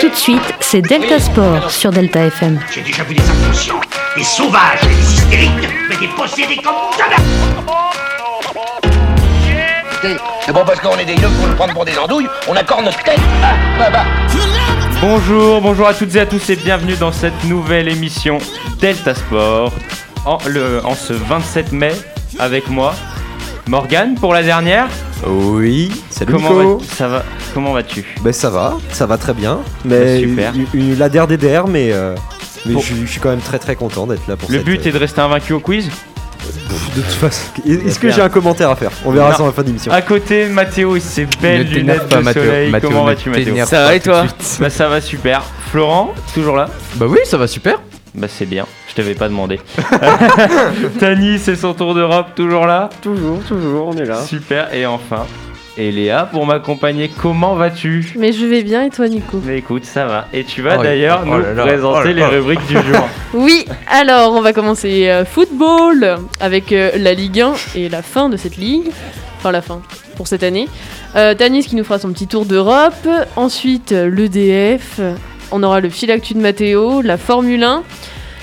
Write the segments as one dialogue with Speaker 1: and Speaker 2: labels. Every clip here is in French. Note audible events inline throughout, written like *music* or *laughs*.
Speaker 1: Tout de suite, c'est Delta Sport sur Delta FM.
Speaker 2: J'ai déjà vu des inconscients, des sauvages, des hystériques, mais des possédés comme jamais Écoutez, c'est bon parce qu'on est des yeux pour nous prendre pour des andouilles, on accorde notre tête Ah, bah, bah
Speaker 3: Bonjour, bonjour à toutes et à tous et bienvenue dans cette nouvelle émission Delta Sport en, le- en ce 27 mai avec moi. Morgane pour la dernière.
Speaker 4: Oui, salut
Speaker 3: Comment, vas- ça va, comment vas-tu
Speaker 4: Ben ça va, ça va très bien. Mais
Speaker 3: Super.
Speaker 4: une- une- la der des der, mais, euh, mais
Speaker 3: Bon.
Speaker 4: je, je suis quand même très très content d'être là pour
Speaker 3: Le
Speaker 4: cette,
Speaker 3: but
Speaker 4: euh,
Speaker 3: est de rester invaincu au quiz.
Speaker 4: de toute façon. *laughs* Est-ce que
Speaker 3: faire-
Speaker 4: j'ai un commentaire à faire On verra
Speaker 3: Non. Ah.
Speaker 4: ça en fin d'émission.
Speaker 3: À côté, Mathéo et ses
Speaker 5: Ne
Speaker 3: belles
Speaker 5: t'énerve
Speaker 3: lunettes
Speaker 5: pas,
Speaker 3: de
Speaker 5: Mathéo.
Speaker 3: soleil.
Speaker 5: Mathéo,
Speaker 3: comment
Speaker 5: ne
Speaker 3: vas-tu, Mathéo
Speaker 5: t'énerve pas
Speaker 6: et
Speaker 5: tout de
Speaker 6: toi
Speaker 5: suite.
Speaker 3: Bah ça va super. Florent, toujours là
Speaker 5: Bah oui, ça va super.
Speaker 3: Bah c'est bien, je t'avais pas demandé. *laughs* Tani, c'est son tour d'Europe, toujours là
Speaker 4: Toujours, toujours, on est là.
Speaker 3: Super, et enfin, et Léa pour m'accompagner, comment vas-tu
Speaker 7: Mais je vais bien et toi Nico
Speaker 3: Mais écoute, ça va. Et tu vas
Speaker 5: Oh,
Speaker 3: d'ailleurs
Speaker 5: oh
Speaker 3: nous
Speaker 5: là là,
Speaker 3: présenter
Speaker 5: oh là
Speaker 3: les
Speaker 5: là.
Speaker 3: rubriques du jour.
Speaker 7: Oui, alors on va commencer euh, football avec euh, la Ligue 1 et la fin de cette ligue. Enfin la fin pour cette année. Euh, Tanis qui nous fera son petit tour d'Europe. Ensuite euh, l'EDF. On aura le fil actu de Matteo, la Formule 1,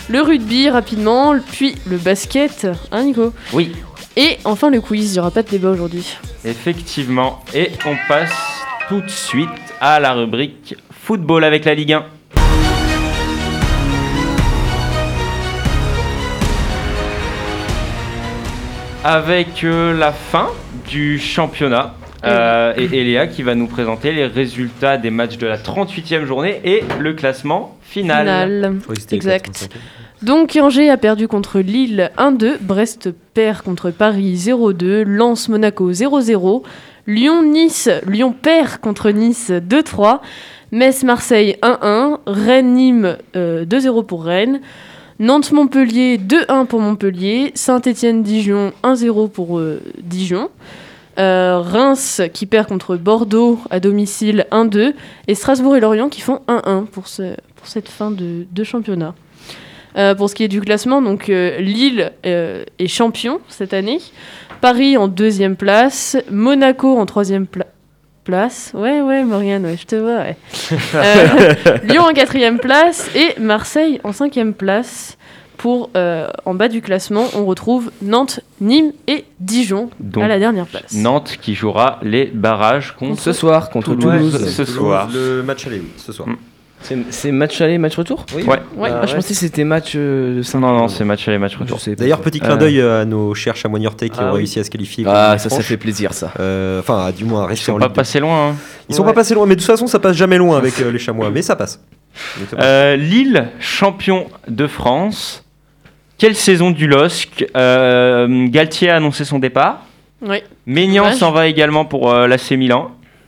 Speaker 7: le rugby rapidement, puis le basket. Hein Nico
Speaker 3: Oui.
Speaker 7: Et enfin le quiz, il n'y aura pas de débat aujourd'hui.
Speaker 3: Effectivement. Et on passe tout de suite à la rubrique football avec la Ligue 1. Avec euh, la fin du championnat. euh, et, et Léa qui va nous présenter les résultats des matchs de la 38e journée et le classement final.
Speaker 7: Final.
Speaker 4: c'était
Speaker 7: Exact. Donc Angers a perdu contre Lille 1-2, Brest perd contre Paris 0-2, Lens Monaco 0-0, Lyon Nice, Lyon perd contre Nice 2-3, Metz Marseille 1-1, Rennes Nîmes 2-0 pour Rennes, Nantes Montpellier 2-1 pour Montpellier, Saint-Étienne Dijon 1-0 pour euh, Dijon. euh, Reims qui perd contre Bordeaux à domicile 1-2 et Strasbourg et Lorient qui font 1-1 pour, ce- pour cette fin de- de championnat. Euh, pour ce qui est du classement, donc euh, Lille euh, est champion cette année, Paris en deuxième place, Monaco en troisième pla- place. Ouais, ouais, Morgane, ouais, je te vois.
Speaker 6: *laughs*
Speaker 7: ouais. Euh, Lyon en quatrième place et Marseille en cinquième place. Pour euh, en bas du classement, on retrouve Nantes, Nîmes et Dijon
Speaker 3: Donc,
Speaker 7: à la dernière place.
Speaker 3: Nantes qui jouera les barrages contre
Speaker 6: Ce soir contre
Speaker 3: Toulouse.
Speaker 6: Toulouse.
Speaker 3: Ce soir.
Speaker 4: Le match aller, oui, ce soir.
Speaker 3: Mm.
Speaker 6: C'est- C'est match aller, match retour
Speaker 4: Oui.
Speaker 3: Ouais.
Speaker 7: Bah Ouais.
Speaker 6: Ah, Je pensais que c'était match euh, de
Speaker 3: Non,
Speaker 6: cinq-
Speaker 3: non, non, c'est match aller, match
Speaker 6: Je
Speaker 3: retour.
Speaker 6: sais pas.
Speaker 4: D'ailleurs, petit clin
Speaker 3: Euh.
Speaker 4: d'œil euh, à nos chers chamoignortais qui
Speaker 6: Ah
Speaker 4: ont
Speaker 6: oui.
Speaker 4: réussi à se qualifier.
Speaker 6: Ah,
Speaker 4: contre
Speaker 6: ça,
Speaker 4: la
Speaker 6: ça
Speaker 4: France.
Speaker 6: fait plaisir ça.
Speaker 4: Euh, Enfin, du moins, à
Speaker 3: Ils
Speaker 4: rester en
Speaker 3: sont pas
Speaker 4: Ligue.
Speaker 3: passés loin. hein.
Speaker 4: Ils sont pas passés loin, mais de toute façon, ça passe jamais loin avec euh, les chamois. Mais ça passe. Donc, ça passe.
Speaker 3: Euh, Lille, champion de France. Quelle saison du LOSC Euh, Galtier a annoncé son départ.
Speaker 7: Ouais.
Speaker 3: Maignan
Speaker 7: Dommage.
Speaker 3: s'en va également pour l'AC Milan.
Speaker 4: Mhm.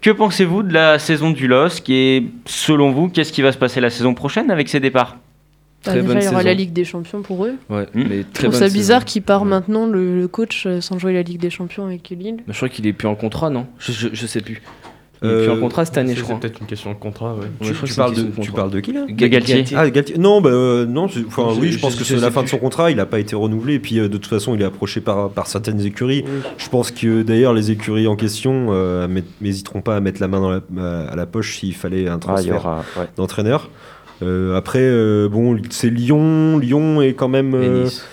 Speaker 3: Que pensez-vous de la saison du LOSC et selon vous, qu'est-ce qui va se passer la saison prochaine avec ces départs
Speaker 6: Très
Speaker 7: Bah, déjà,
Speaker 6: bonne
Speaker 7: il y aura
Speaker 6: saison.
Speaker 7: la Ligue des Champions pour eux.
Speaker 6: Ouais,
Speaker 3: Hmm.
Speaker 6: mais
Speaker 7: Je
Speaker 6: très
Speaker 7: trouve
Speaker 6: bonne
Speaker 7: ça
Speaker 6: saison.
Speaker 7: bizarre qu'il part
Speaker 6: Ouais.
Speaker 7: maintenant le, le coach euh, sans jouer la Ligue des Champions avec Lille.
Speaker 6: Bah, Je crois qu'il est plus en contrat, non je, je, je sais plus. Il est
Speaker 4: Euh,
Speaker 6: plus en contrat cette année, je crois.
Speaker 5: peut-être une question de contrat, ouais.
Speaker 6: Ouais, je
Speaker 4: tu,
Speaker 6: crois que
Speaker 4: tu
Speaker 6: c'est
Speaker 4: parles
Speaker 6: une
Speaker 4: de,
Speaker 6: question de
Speaker 4: tu
Speaker 6: contrat.
Speaker 4: parles de qui là
Speaker 3: De Galtier.
Speaker 4: Ah, Galtier. Non, bah, euh, non c'est- enfin,
Speaker 6: Je-
Speaker 4: oui, je
Speaker 6: je-
Speaker 4: pense que
Speaker 6: je
Speaker 4: c'est la
Speaker 6: sais
Speaker 4: fin de
Speaker 6: plus.
Speaker 4: son contrat. Il n'a pas été renouvelé. Et puis, euh, de toute façon, il est approché par, par certaines écuries. Je pense que d'ailleurs, les écuries en question euh, met- n'hésiteront pas à mettre la main dans la- à la poche s'il fallait
Speaker 3: Ah,
Speaker 4: un transfert d'entraîneur. Euh, après, euh, bon, c'est Lyon. Lyon est quand même,
Speaker 6: Et
Speaker 4: euh,
Speaker 6: Nice.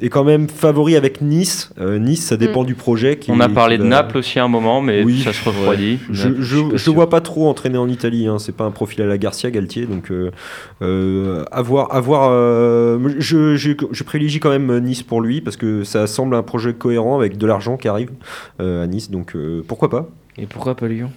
Speaker 4: est quand même favori avec Nice. Euh, nice, ça dépend du projet. qui-
Speaker 3: On a parlé
Speaker 4: qui
Speaker 3: de
Speaker 4: va-
Speaker 3: Naples aussi à un moment, mais
Speaker 4: Oui.
Speaker 3: ça se refroidit.
Speaker 4: Je, je,
Speaker 6: suis pas
Speaker 4: je
Speaker 6: sûr.
Speaker 4: vois pas trop entraîner en Italie. Hein. C'est pas un profil à la Garcia Galtier, donc euh, euh, à voir. à voir, euh, je, je- je privilégie quand même Nice pour lui parce que ça semble un projet cohérent avec de l'argent qui arrive euh, à Nice. Donc euh, pourquoi pas
Speaker 6: Et pourquoi pas Lyon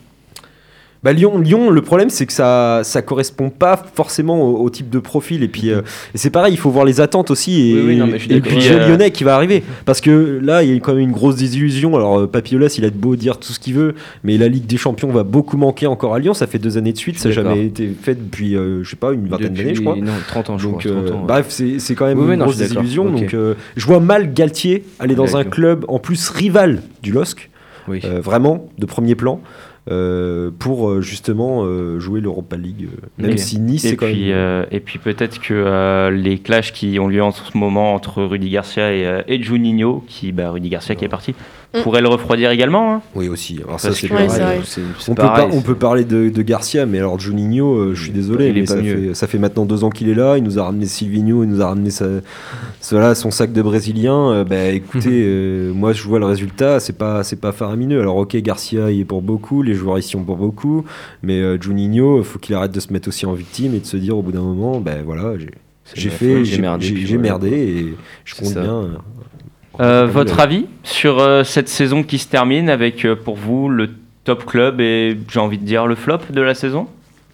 Speaker 4: bah Lyon, Lyon, le problème c'est que ça ça correspond pas forcément au, au type de profil et puis euh, et c'est pareil, il faut voir les attentes aussi et,
Speaker 6: Mhm. Oui, oui, non, mais je suis
Speaker 4: et
Speaker 6: d'accord.
Speaker 4: puis
Speaker 3: Puis,
Speaker 4: le
Speaker 3: euh,
Speaker 4: Lyonnais qui va arriver parce que là il y a quand même une grosse désillusion. Alors euh, Papiolas, il a de beau dire tout ce qu'il veut, mais la Ligue des Champions va beaucoup manquer encore à Lyon. Ça fait deux années de suite,
Speaker 6: Je
Speaker 4: ça
Speaker 6: suis
Speaker 4: n'a jamais
Speaker 6: d'accord.
Speaker 4: été fait depuis euh, je sais pas une vingtaine
Speaker 6: Depuis-
Speaker 4: d'années, je crois.
Speaker 6: Non, 30 ans, je
Speaker 4: Donc,
Speaker 6: crois.
Speaker 4: euh,
Speaker 6: 30 ans, ouais.
Speaker 4: bref, c'est c'est quand même
Speaker 6: Oui, oui,
Speaker 4: une
Speaker 6: non,
Speaker 4: grosse
Speaker 6: je suis d'accord.
Speaker 4: désillusion.
Speaker 6: Ok.
Speaker 4: Donc, euh, je vois mal Galtier aller dans un
Speaker 6: D'accord.
Speaker 4: club en plus rival du LOSC.
Speaker 6: Oui.
Speaker 4: Euh, vraiment de premier plan euh, pour euh, justement euh, jouer l'Europa League. euh, Même
Speaker 6: Ok.
Speaker 4: si Nice,
Speaker 3: Et
Speaker 4: c'est quand
Speaker 3: puis,
Speaker 4: même.
Speaker 3: euh, et puis peut-être que euh, les clashs qui ont lieu en ce moment entre Rudy Garcia et, euh, et Juninho, qui, bah, Rudy Garcia qui est parti, pourrait le refroidir également. hein.
Speaker 4: Oui, aussi. Alors ça,
Speaker 3: Parce
Speaker 4: c'est
Speaker 3: que-
Speaker 7: Ouais,
Speaker 4: pareil.
Speaker 7: c'est vrai.
Speaker 3: c'est- c'est
Speaker 4: On peut,
Speaker 3: pareil,
Speaker 4: par- on peut parler de, de Garcia, mais alors Juninho, euh, je suis désolé,
Speaker 3: Il est
Speaker 4: mais
Speaker 3: pas
Speaker 4: ça
Speaker 3: mieux.
Speaker 4: fait, ça fait maintenant deux ans qu'il est là. Il nous a ramené Silvinho, il nous a ramené sa- cela, son sac de Brésilien. Euh, bah, écoutez, euh, moi je vois le résultat, c'est pas, c'est pas faramineux. Alors ok, Garcia il est pour beaucoup, les joueurs ici ont pour beaucoup, mais euh, Juninho, faut qu'il arrête de se mettre aussi en victime et de se dire au bout d'un moment, ben voilà, j'ai- j'ai
Speaker 6: ma
Speaker 4: fait,
Speaker 6: faute,
Speaker 4: j'ai j'ai- j'ai merdé,
Speaker 6: puis voilà.
Speaker 4: et je
Speaker 6: C'est
Speaker 4: compte
Speaker 6: ça.
Speaker 4: bien. euh,
Speaker 3: Euh,
Speaker 4: comme
Speaker 3: votre
Speaker 4: le-
Speaker 3: avis sur euh, cette saison qui se termine avec euh, pour vous le top club et j'ai envie de dire le flop de la saison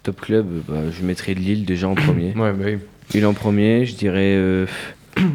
Speaker 6: Top club, bah, je mettrais Lille déjà en premier.
Speaker 5: Ouais, bah oui.
Speaker 6: Lille en premier, je dirais. euh,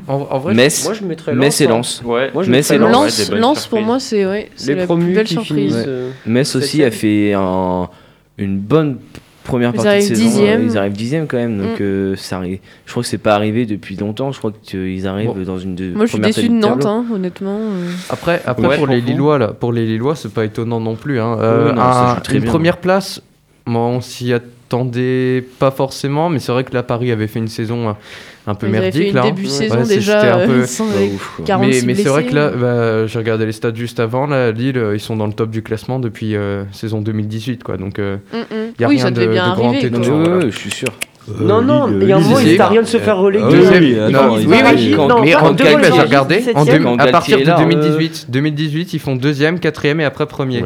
Speaker 5: En, en vrai,
Speaker 6: Metz.
Speaker 5: moi je mettrais
Speaker 6: Metz et
Speaker 5: hein.
Speaker 6: Lens.
Speaker 3: Ouais,
Speaker 5: Moi, je
Speaker 6: Mais
Speaker 5: mettrais
Speaker 6: c'est
Speaker 5: Lens.
Speaker 3: Lens.
Speaker 7: Lance,
Speaker 3: ouais, des bonnes
Speaker 7: Lance
Speaker 3: surprises.
Speaker 7: pour moi, c'est ouais, c'est
Speaker 5: Les
Speaker 7: la plus
Speaker 5: promus
Speaker 7: belle
Speaker 5: qui
Speaker 7: surprise.
Speaker 5: finissent, euh,
Speaker 6: Metz aussi
Speaker 5: Septième.
Speaker 6: a fait un- une bonne première
Speaker 7: Ils
Speaker 6: partie
Speaker 7: arrivent
Speaker 6: de saison. euh,
Speaker 7: dixième. Mm.
Speaker 6: Ils arrivent dixième quand même. Donc euh, ça arri- je crois que c'est pas arrivé depuis longtemps. Je crois qu'ils arrivent
Speaker 5: Bon.
Speaker 6: dans une de
Speaker 7: Moi, je suis
Speaker 6: première
Speaker 7: déçu de
Speaker 6: tête
Speaker 7: Nantes,
Speaker 6: tableau.
Speaker 7: hein, honnêtement. euh.
Speaker 5: Après, après
Speaker 3: Ouais,
Speaker 5: pour les
Speaker 3: pour vous.
Speaker 5: Lillois, là, pour les Lillois, c'est pas étonnant non plus. Hein. Euh,
Speaker 6: Oui, non, ça
Speaker 5: un-
Speaker 6: joue très
Speaker 5: une
Speaker 6: bien. hein.
Speaker 5: première place, moi, on s'y attendait pas forcément, mais c'est vrai que là, Paris avait fait une saison euh, un peu
Speaker 7: Ils avaient
Speaker 5: merdique.
Speaker 7: fait une
Speaker 5: là, hein.
Speaker 7: début de
Speaker 5: Ouais,
Speaker 7: saison
Speaker 5: c'est- c'était
Speaker 7: déjà.
Speaker 5: un peu-
Speaker 7: euh, sans-
Speaker 6: Pas
Speaker 7: avec
Speaker 6: ouf, quoi.
Speaker 7: 46
Speaker 5: Mais, mais c'est vrai que là,
Speaker 7: blessés. euh.
Speaker 5: bah, j'ai regardé les stats juste avant. Là, Lille, euh, ils sont dans le top du classement depuis euh, saison 2018, quoi. Donc, euh,
Speaker 7: Mm, mm.
Speaker 5: y a
Speaker 7: oui,
Speaker 5: rien
Speaker 7: ça devait
Speaker 5: de-
Speaker 7: bien
Speaker 5: de grand
Speaker 7: arriver.
Speaker 5: ténor.
Speaker 7: quoi. Bah,
Speaker 6: Ouais, ouais,
Speaker 5: Voilà.
Speaker 6: ouais, je suis sûr.
Speaker 4: euh,
Speaker 8: Non, non,
Speaker 4: Ligue-
Speaker 8: il y a un
Speaker 4: Ligue-
Speaker 8: moment,
Speaker 5: Lille,
Speaker 8: ils arrivent de se faire
Speaker 4: Ah
Speaker 8: reléguer.
Speaker 4: oui,
Speaker 5: Deuxième.
Speaker 4: oui,
Speaker 5: Non,
Speaker 4: attends,
Speaker 5: ils
Speaker 4: ils-
Speaker 5: oui,
Speaker 8: arrivent,
Speaker 5: oui,
Speaker 8: non,
Speaker 5: quand- mais
Speaker 8: pas
Speaker 5: en
Speaker 8: devant
Speaker 5: calme,
Speaker 8: les
Speaker 5: j'ai
Speaker 8: gens,
Speaker 5: regardé. En
Speaker 8: 17e.
Speaker 5: deux-
Speaker 3: Quand
Speaker 5: à
Speaker 3: Galtier
Speaker 5: partir
Speaker 3: est là,
Speaker 5: de 2018, 2018, ils font deuxième, quatrième et après premier.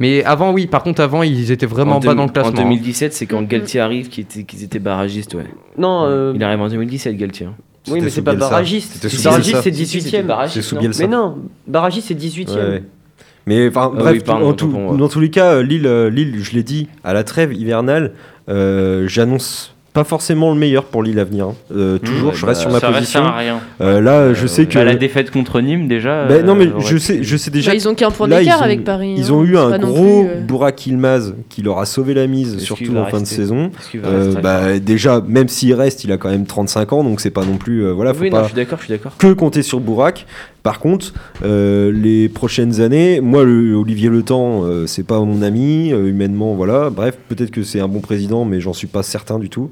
Speaker 5: Mais avant, oui. Par contre, avant, ils étaient vraiment
Speaker 6: En
Speaker 5: pas
Speaker 6: deux-
Speaker 5: dans le
Speaker 6: En
Speaker 5: classement. hein.
Speaker 6: 2017, c'est quand
Speaker 7: Mm, mm.
Speaker 6: Galtier arrive qu'ils étaient, qu'ils étaient barragistes. Ouais.
Speaker 8: Non, euh,
Speaker 6: Il arrive en 2017, Galtier. hein.
Speaker 8: oui, mais
Speaker 4: C'était
Speaker 8: c'est pas
Speaker 4: sous Bielsa.
Speaker 8: barragiste.
Speaker 4: C'était sous
Speaker 8: Barragiste,
Speaker 4: Bielsa.
Speaker 8: c'est
Speaker 6: Si, si, c'était
Speaker 8: 18ème.
Speaker 6: barragiste,
Speaker 4: C'est sous
Speaker 6: non
Speaker 4: Bielsa.
Speaker 8: Mais non, barragiste, c'est 18ème.
Speaker 4: Ouais, ouais. Mais enfin,
Speaker 6: Ah
Speaker 4: bref,
Speaker 6: oui, pardon,
Speaker 4: en tout-
Speaker 6: pardon, ouais.
Speaker 4: dans tous les cas, euh, Lille, euh, Lille, je l'ai dit, à la trêve hivernale, euh, j'annonce pas forcément le meilleur pour Lille à venir. hein. Euh, toujours,
Speaker 6: ouais,
Speaker 4: je reste
Speaker 6: bah,
Speaker 4: sur ma
Speaker 3: ça reste
Speaker 4: position.
Speaker 3: à rien.
Speaker 4: Euh, là, je sais que.
Speaker 3: Bah, la défaite contre Nîmes déjà.
Speaker 4: Bah, non, mais
Speaker 3: euh,
Speaker 4: je sais, je sais déjà.
Speaker 7: Bah, ils ont qu'un point
Speaker 4: là,
Speaker 7: d'écart
Speaker 4: ils ont-
Speaker 7: avec Paris.
Speaker 4: qu'ils
Speaker 7: hein,
Speaker 4: ont eu
Speaker 7: c'est
Speaker 4: un
Speaker 7: pas non
Speaker 4: gros
Speaker 7: plus, euh,
Speaker 4: Bourak Ilmaz qui leur a sauvé la mise,
Speaker 6: Est-ce qu'il
Speaker 4: surtout
Speaker 6: va
Speaker 4: en fin de
Speaker 6: rester
Speaker 4: saison.
Speaker 6: Parce qu'il va
Speaker 4: Euh,
Speaker 6: rester-
Speaker 4: bah, déjà, même s'il reste, il a quand même 35 ans, donc c'est pas non plus. euh, voilà, faut
Speaker 6: oui,
Speaker 4: pas.
Speaker 6: non, je suis d'accord, je suis d'accord.
Speaker 4: que compter sur Bourak. Par contre, euh, les prochaines années, moi, le- Olivier Le Temps, euh, c'est pas mon ami, euh, humainement, voilà. Bref, peut-être que c'est un bon président, mais j'en suis pas certain du tout.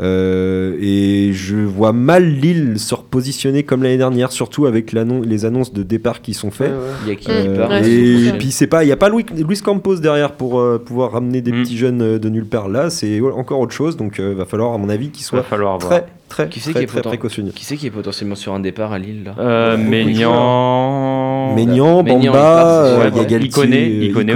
Speaker 4: Euh, et je vois mal Lille se repositionner comme l'année dernière, surtout avec l'annon- les annonces de départ qui sont faites.
Speaker 6: Il y a qui
Speaker 7: Euh,
Speaker 6: qui part.
Speaker 7: ouais,
Speaker 4: et
Speaker 7: c'est
Speaker 4: puis c'est pas, il y a pas Louis, Luis Campos derrière pour euh, pouvoir ramener des
Speaker 3: Mm.
Speaker 4: petits jeunes euh, de nulle part. Là, c'est encore autre chose, donc euh, va falloir, à mon avis, qu'ils
Speaker 3: va
Speaker 4: soient
Speaker 3: falloir voir.
Speaker 4: très, très,
Speaker 6: Qui c'est
Speaker 4: très,
Speaker 6: qui est
Speaker 4: très,
Speaker 6: pourtant-
Speaker 4: précautionneux.
Speaker 6: Qui c'est qui est potentiellement sur un départ à Lille là
Speaker 3: Euh, Maignan.
Speaker 4: Ménian,
Speaker 6: Ménian, bah, il
Speaker 4: Bamba,
Speaker 6: part, c'est
Speaker 4: euh, il y
Speaker 6: sûr.
Speaker 4: a
Speaker 6: Ouais, bah,
Speaker 4: Galtier,
Speaker 3: Iconé,
Speaker 4: euh,
Speaker 3: Iconé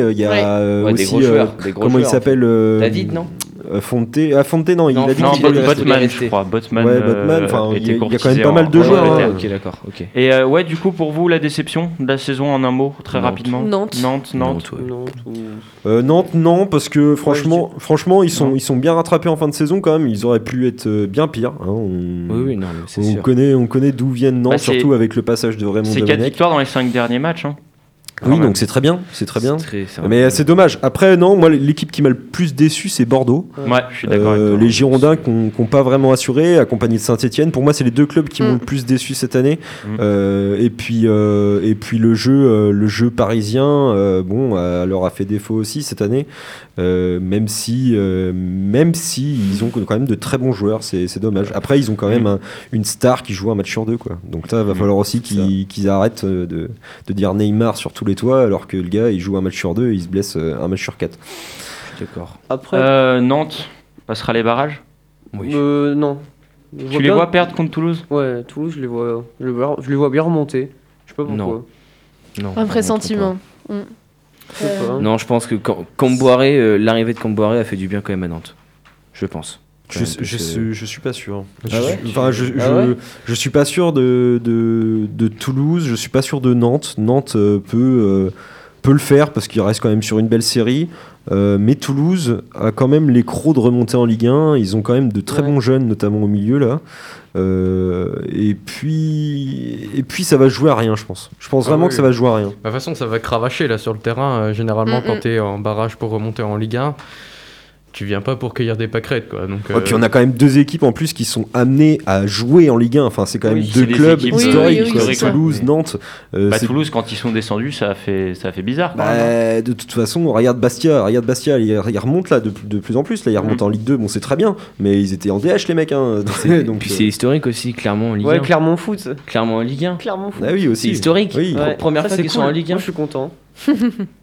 Speaker 4: euh, il y
Speaker 7: Ouais.
Speaker 4: a euh,
Speaker 6: Ouais, des
Speaker 4: aussi
Speaker 6: gros
Speaker 4: euh,
Speaker 6: joueurs, des gros
Speaker 4: comment il
Speaker 6: joueurs, en fait.
Speaker 4: s'appelle euh,
Speaker 6: David, non
Speaker 4: euh, Fonte, ah Fonte non, il
Speaker 6: Non,
Speaker 4: a dit
Speaker 3: Non,
Speaker 6: Fonte,
Speaker 4: qu'il
Speaker 3: Bot-
Speaker 6: il est
Speaker 4: allait
Speaker 6: resté.
Speaker 3: Botman,
Speaker 6: resté.
Speaker 3: je crois. Botman,
Speaker 4: Ouais, Botman,
Speaker 3: euh,
Speaker 4: enfin, il y
Speaker 3: était
Speaker 4: a- il y a quand même
Speaker 3: courtisé
Speaker 4: pas
Speaker 3: en-
Speaker 4: mal de
Speaker 3: en
Speaker 6: Ouais,
Speaker 4: joueurs,
Speaker 6: ouais,
Speaker 3: Angleterre.
Speaker 4: hein.
Speaker 6: Ok, d'accord, ok.
Speaker 3: Et euh, ouais, du coup, pour vous, la déception de la saison en un mot, très
Speaker 6: Nantes.
Speaker 3: rapidement.
Speaker 7: Nantes.
Speaker 3: Nantes, Nantes.
Speaker 6: Nantes, ouais.
Speaker 8: Non, tout-
Speaker 4: Euh, Nantes non parce que franchement franchement ils sont ils sont bien rattrapés en fin de saison quand même ils auraient pu être euh, bien pires hein. on,
Speaker 6: Oui, oui, non, mais c'est
Speaker 4: on
Speaker 6: sûr.
Speaker 4: connaît on connaît d'où viennent Nantes
Speaker 3: Bah, c'est-
Speaker 4: surtout avec le passage de Raymond
Speaker 3: C'est 4
Speaker 4: Domenech
Speaker 3: victoires dans les 5 derniers matchs. hein. quand
Speaker 4: oui
Speaker 3: même.
Speaker 4: donc c'est très bien c'est très bien
Speaker 6: C'est c'est un-
Speaker 4: mais euh, c'est dommage après non moi l'équipe qui m'a le plus déçu c'est Bordeaux
Speaker 3: Ouais, je suis d'accord
Speaker 4: Euh,
Speaker 3: avec toi.
Speaker 4: les Girondins qui n'ont pas vraiment assuré, accompagnés de Saint-Etienne. Pour moi, c'est les deux clubs qui m'ont
Speaker 7: Mm.
Speaker 4: le plus déçu cette année.
Speaker 3: Mm.
Speaker 4: Euh, et, puis, euh, et puis, le jeu, euh, le jeu parisien euh, bon, euh, leur a fait défaut aussi cette année, Euh, même, si, euh, même si ils ont quand même de très bons joueurs. C'est c'est dommage. Après, ils ont quand même un- une star qui joue un match sur deux. Quoi. Donc, là, il va falloir aussi qu'ils qu'ils arrêtent euh, de, de dire Neymar sur tous les toits, alors que le gars, il joue un match sur deux et il se blesse euh, un match sur quatre.
Speaker 6: Je suis d'accord.
Speaker 8: Après,
Speaker 3: Euh, Nantes passera les barrages.
Speaker 6: Oui.
Speaker 8: euh, non. Je
Speaker 3: Tu les
Speaker 8: bien-
Speaker 3: vois perdre contre Toulouse
Speaker 8: Ouais, Toulouse, je les vois, je les vois, je les vois bien remonter. Je sais pas pourquoi.
Speaker 6: Non.
Speaker 7: Un
Speaker 6: Non, on comprend
Speaker 7: pressentiment. Mm.
Speaker 8: Je sais
Speaker 7: Euh,
Speaker 8: pas.
Speaker 6: pas. Non, je pense que quand- Camboiré, euh, l'arrivée de Camboiré a fait du bien quand même à Nantes. Je pense.
Speaker 3: *laughs*
Speaker 4: Je,
Speaker 6: Ouais,
Speaker 4: sais-
Speaker 6: parce
Speaker 4: je,
Speaker 6: que-
Speaker 4: sais- je suis pas sûr.
Speaker 5: Ah ouais
Speaker 4: Je- enfin, je,
Speaker 8: Ah
Speaker 4: je-
Speaker 8: ouais
Speaker 4: je suis pas sûr de, de, de Toulouse, je suis pas sûr de Nantes. Nantes euh, peut, euh, peut le faire parce qu'il reste quand même sur une belle série. Euh, mais Toulouse a quand même les crocs de remonter en Ligue 1. Ils ont quand même de très
Speaker 8: Ouais.
Speaker 4: bons jeunes, notamment au milieu là. Euh, et puis, et puis ça va jouer à rien, je pense. Je pense
Speaker 5: Ah
Speaker 4: vraiment
Speaker 5: oui.
Speaker 4: que ça va jouer à rien.
Speaker 5: De toute façon, ça va cravacher là sur le terrain. euh, généralement,
Speaker 7: Mm, mm.
Speaker 5: quand t'es en barrage pour remonter en Ligue 1, tu viens pas pour cueillir des pâquerettes, quoi. Donc, euh,
Speaker 4: Ouais, puis on a quand même deux équipes en plus qui sont amenées à jouer en Ligue 1. Enfin, c'est quand même
Speaker 3: Oui,
Speaker 4: deux
Speaker 3: c'est des
Speaker 4: clubs
Speaker 3: équipes,
Speaker 7: Oui,
Speaker 4: historiques,
Speaker 7: oui, oui,
Speaker 4: quoi.
Speaker 7: c'est ça.
Speaker 4: Toulouse,
Speaker 3: Oui.
Speaker 4: Nantes. euh,
Speaker 3: Bah,
Speaker 4: c'est-
Speaker 3: Toulouse, quand ils sont descendus, ça a fait, ça a fait bizarre. quand
Speaker 4: Bah,
Speaker 3: même.
Speaker 4: de toute façon, regarde Bastia, regarde Bastia, il, il remonte là de, plus- de plus en plus. Là, il remonte en Ligue 2, bon, c'est très bien, mais ils étaient en DH les mecs. Hein. *laughs* Donc,
Speaker 6: Puis
Speaker 4: euh,
Speaker 6: c'est historique aussi, clairement en Ligue 1.
Speaker 8: Ouais, Clermont Foot.
Speaker 6: Clairement en Ligue 1.
Speaker 8: Clermont Foot.
Speaker 4: ah oui
Speaker 6: C'est
Speaker 4: aussi.
Speaker 6: historique.
Speaker 4: Oui.
Speaker 6: Pre- Première
Speaker 8: Ça,
Speaker 6: fois
Speaker 8: c'est
Speaker 6: qu'ils
Speaker 8: cool.
Speaker 6: sont en Ligue 1.
Speaker 8: Moi, je suis content. hein.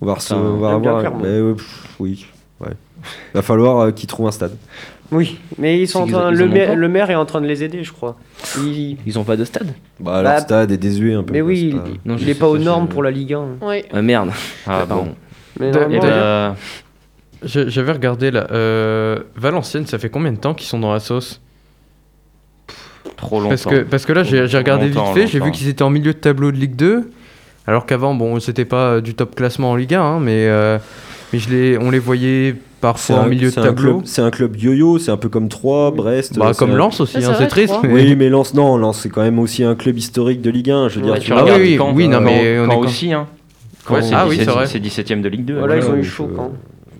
Speaker 4: On va, rece-
Speaker 6: Putain,
Speaker 4: on va
Speaker 8: j'aime bien
Speaker 4: avoir.
Speaker 8: Clermont.
Speaker 4: bah, ouais, pff, oui. Ouais. Va falloir euh, qu'ils trouvent un stade.
Speaker 8: Oui, mais ils sont en
Speaker 6: C'est
Speaker 8: train.
Speaker 6: qu'ils- ils
Speaker 8: Le,
Speaker 6: en ont
Speaker 8: maire,
Speaker 6: pas
Speaker 8: le maire est en train de les aider, je crois. Il-
Speaker 6: Ils ont pas de stade.
Speaker 4: Bah,
Speaker 8: Bah,
Speaker 4: leur stade est désuet un peu.
Speaker 8: Mais
Speaker 4: quoi,
Speaker 8: oui,
Speaker 4: c'est pas-
Speaker 8: il-
Speaker 6: Non, je
Speaker 8: il est
Speaker 6: sais
Speaker 8: pas
Speaker 6: ça,
Speaker 8: aux
Speaker 6: je-
Speaker 8: normes pour la Ligue 1.
Speaker 7: Ouais.
Speaker 6: Ah merde.
Speaker 5: Bah,
Speaker 3: Ah, bon.
Speaker 8: Mais
Speaker 5: Et
Speaker 3: Et
Speaker 8: normalement,
Speaker 3: bah,
Speaker 5: Je- J'avais regardé là. euh, Valenciennes, ça fait combien de temps qu'ils sont dans la sauce
Speaker 3: trop longtemps.
Speaker 5: parce que, parce que là, j'ai j'ai regardé vite
Speaker 3: Longtemps,
Speaker 5: fait, j'ai vu
Speaker 3: longtemps.
Speaker 5: qu'ils étaient en milieu de tableau de Ligue 2. Alors qu'avant, bon, c'était pas euh, du top classement en Ligue 1, hein, mais, euh, mais je les, on les voyait
Speaker 4: C'est
Speaker 5: parfois en
Speaker 4: un,
Speaker 5: milieu de
Speaker 4: c'est un
Speaker 5: tableau.
Speaker 4: club- C'est un club yo-yo, c'est un peu comme Troyes, Brest.
Speaker 5: Bah,
Speaker 4: euh, c'est
Speaker 5: comme
Speaker 4: un-
Speaker 5: Lens aussi,
Speaker 7: Ah, c'est
Speaker 5: hein,
Speaker 7: vrai,
Speaker 5: c'est
Speaker 7: je
Speaker 5: triste.
Speaker 7: crois.
Speaker 5: mais-
Speaker 4: Oui, mais Lens, non, Lens, c'est quand même aussi un club historique de Ligue 1. Je veux dire,
Speaker 8: Ouais,
Speaker 4: tu
Speaker 3: Tu
Speaker 5: Ah
Speaker 3: regardes
Speaker 5: oui, oui,
Speaker 3: Caen,
Speaker 5: oui, non,
Speaker 3: Caen-
Speaker 5: mais
Speaker 3: Caen
Speaker 5: honnêtement-
Speaker 3: aussi, hein. Ouais, c'est
Speaker 5: Ah oui, c'est
Speaker 3: 17
Speaker 5: vrai.
Speaker 3: c'est 17ème de Ligue hein. 2.
Speaker 8: Voilà, ils ont
Speaker 4: Ouais,
Speaker 8: eu
Speaker 4: donc,
Speaker 8: chaud
Speaker 4: euh,
Speaker 8: quand.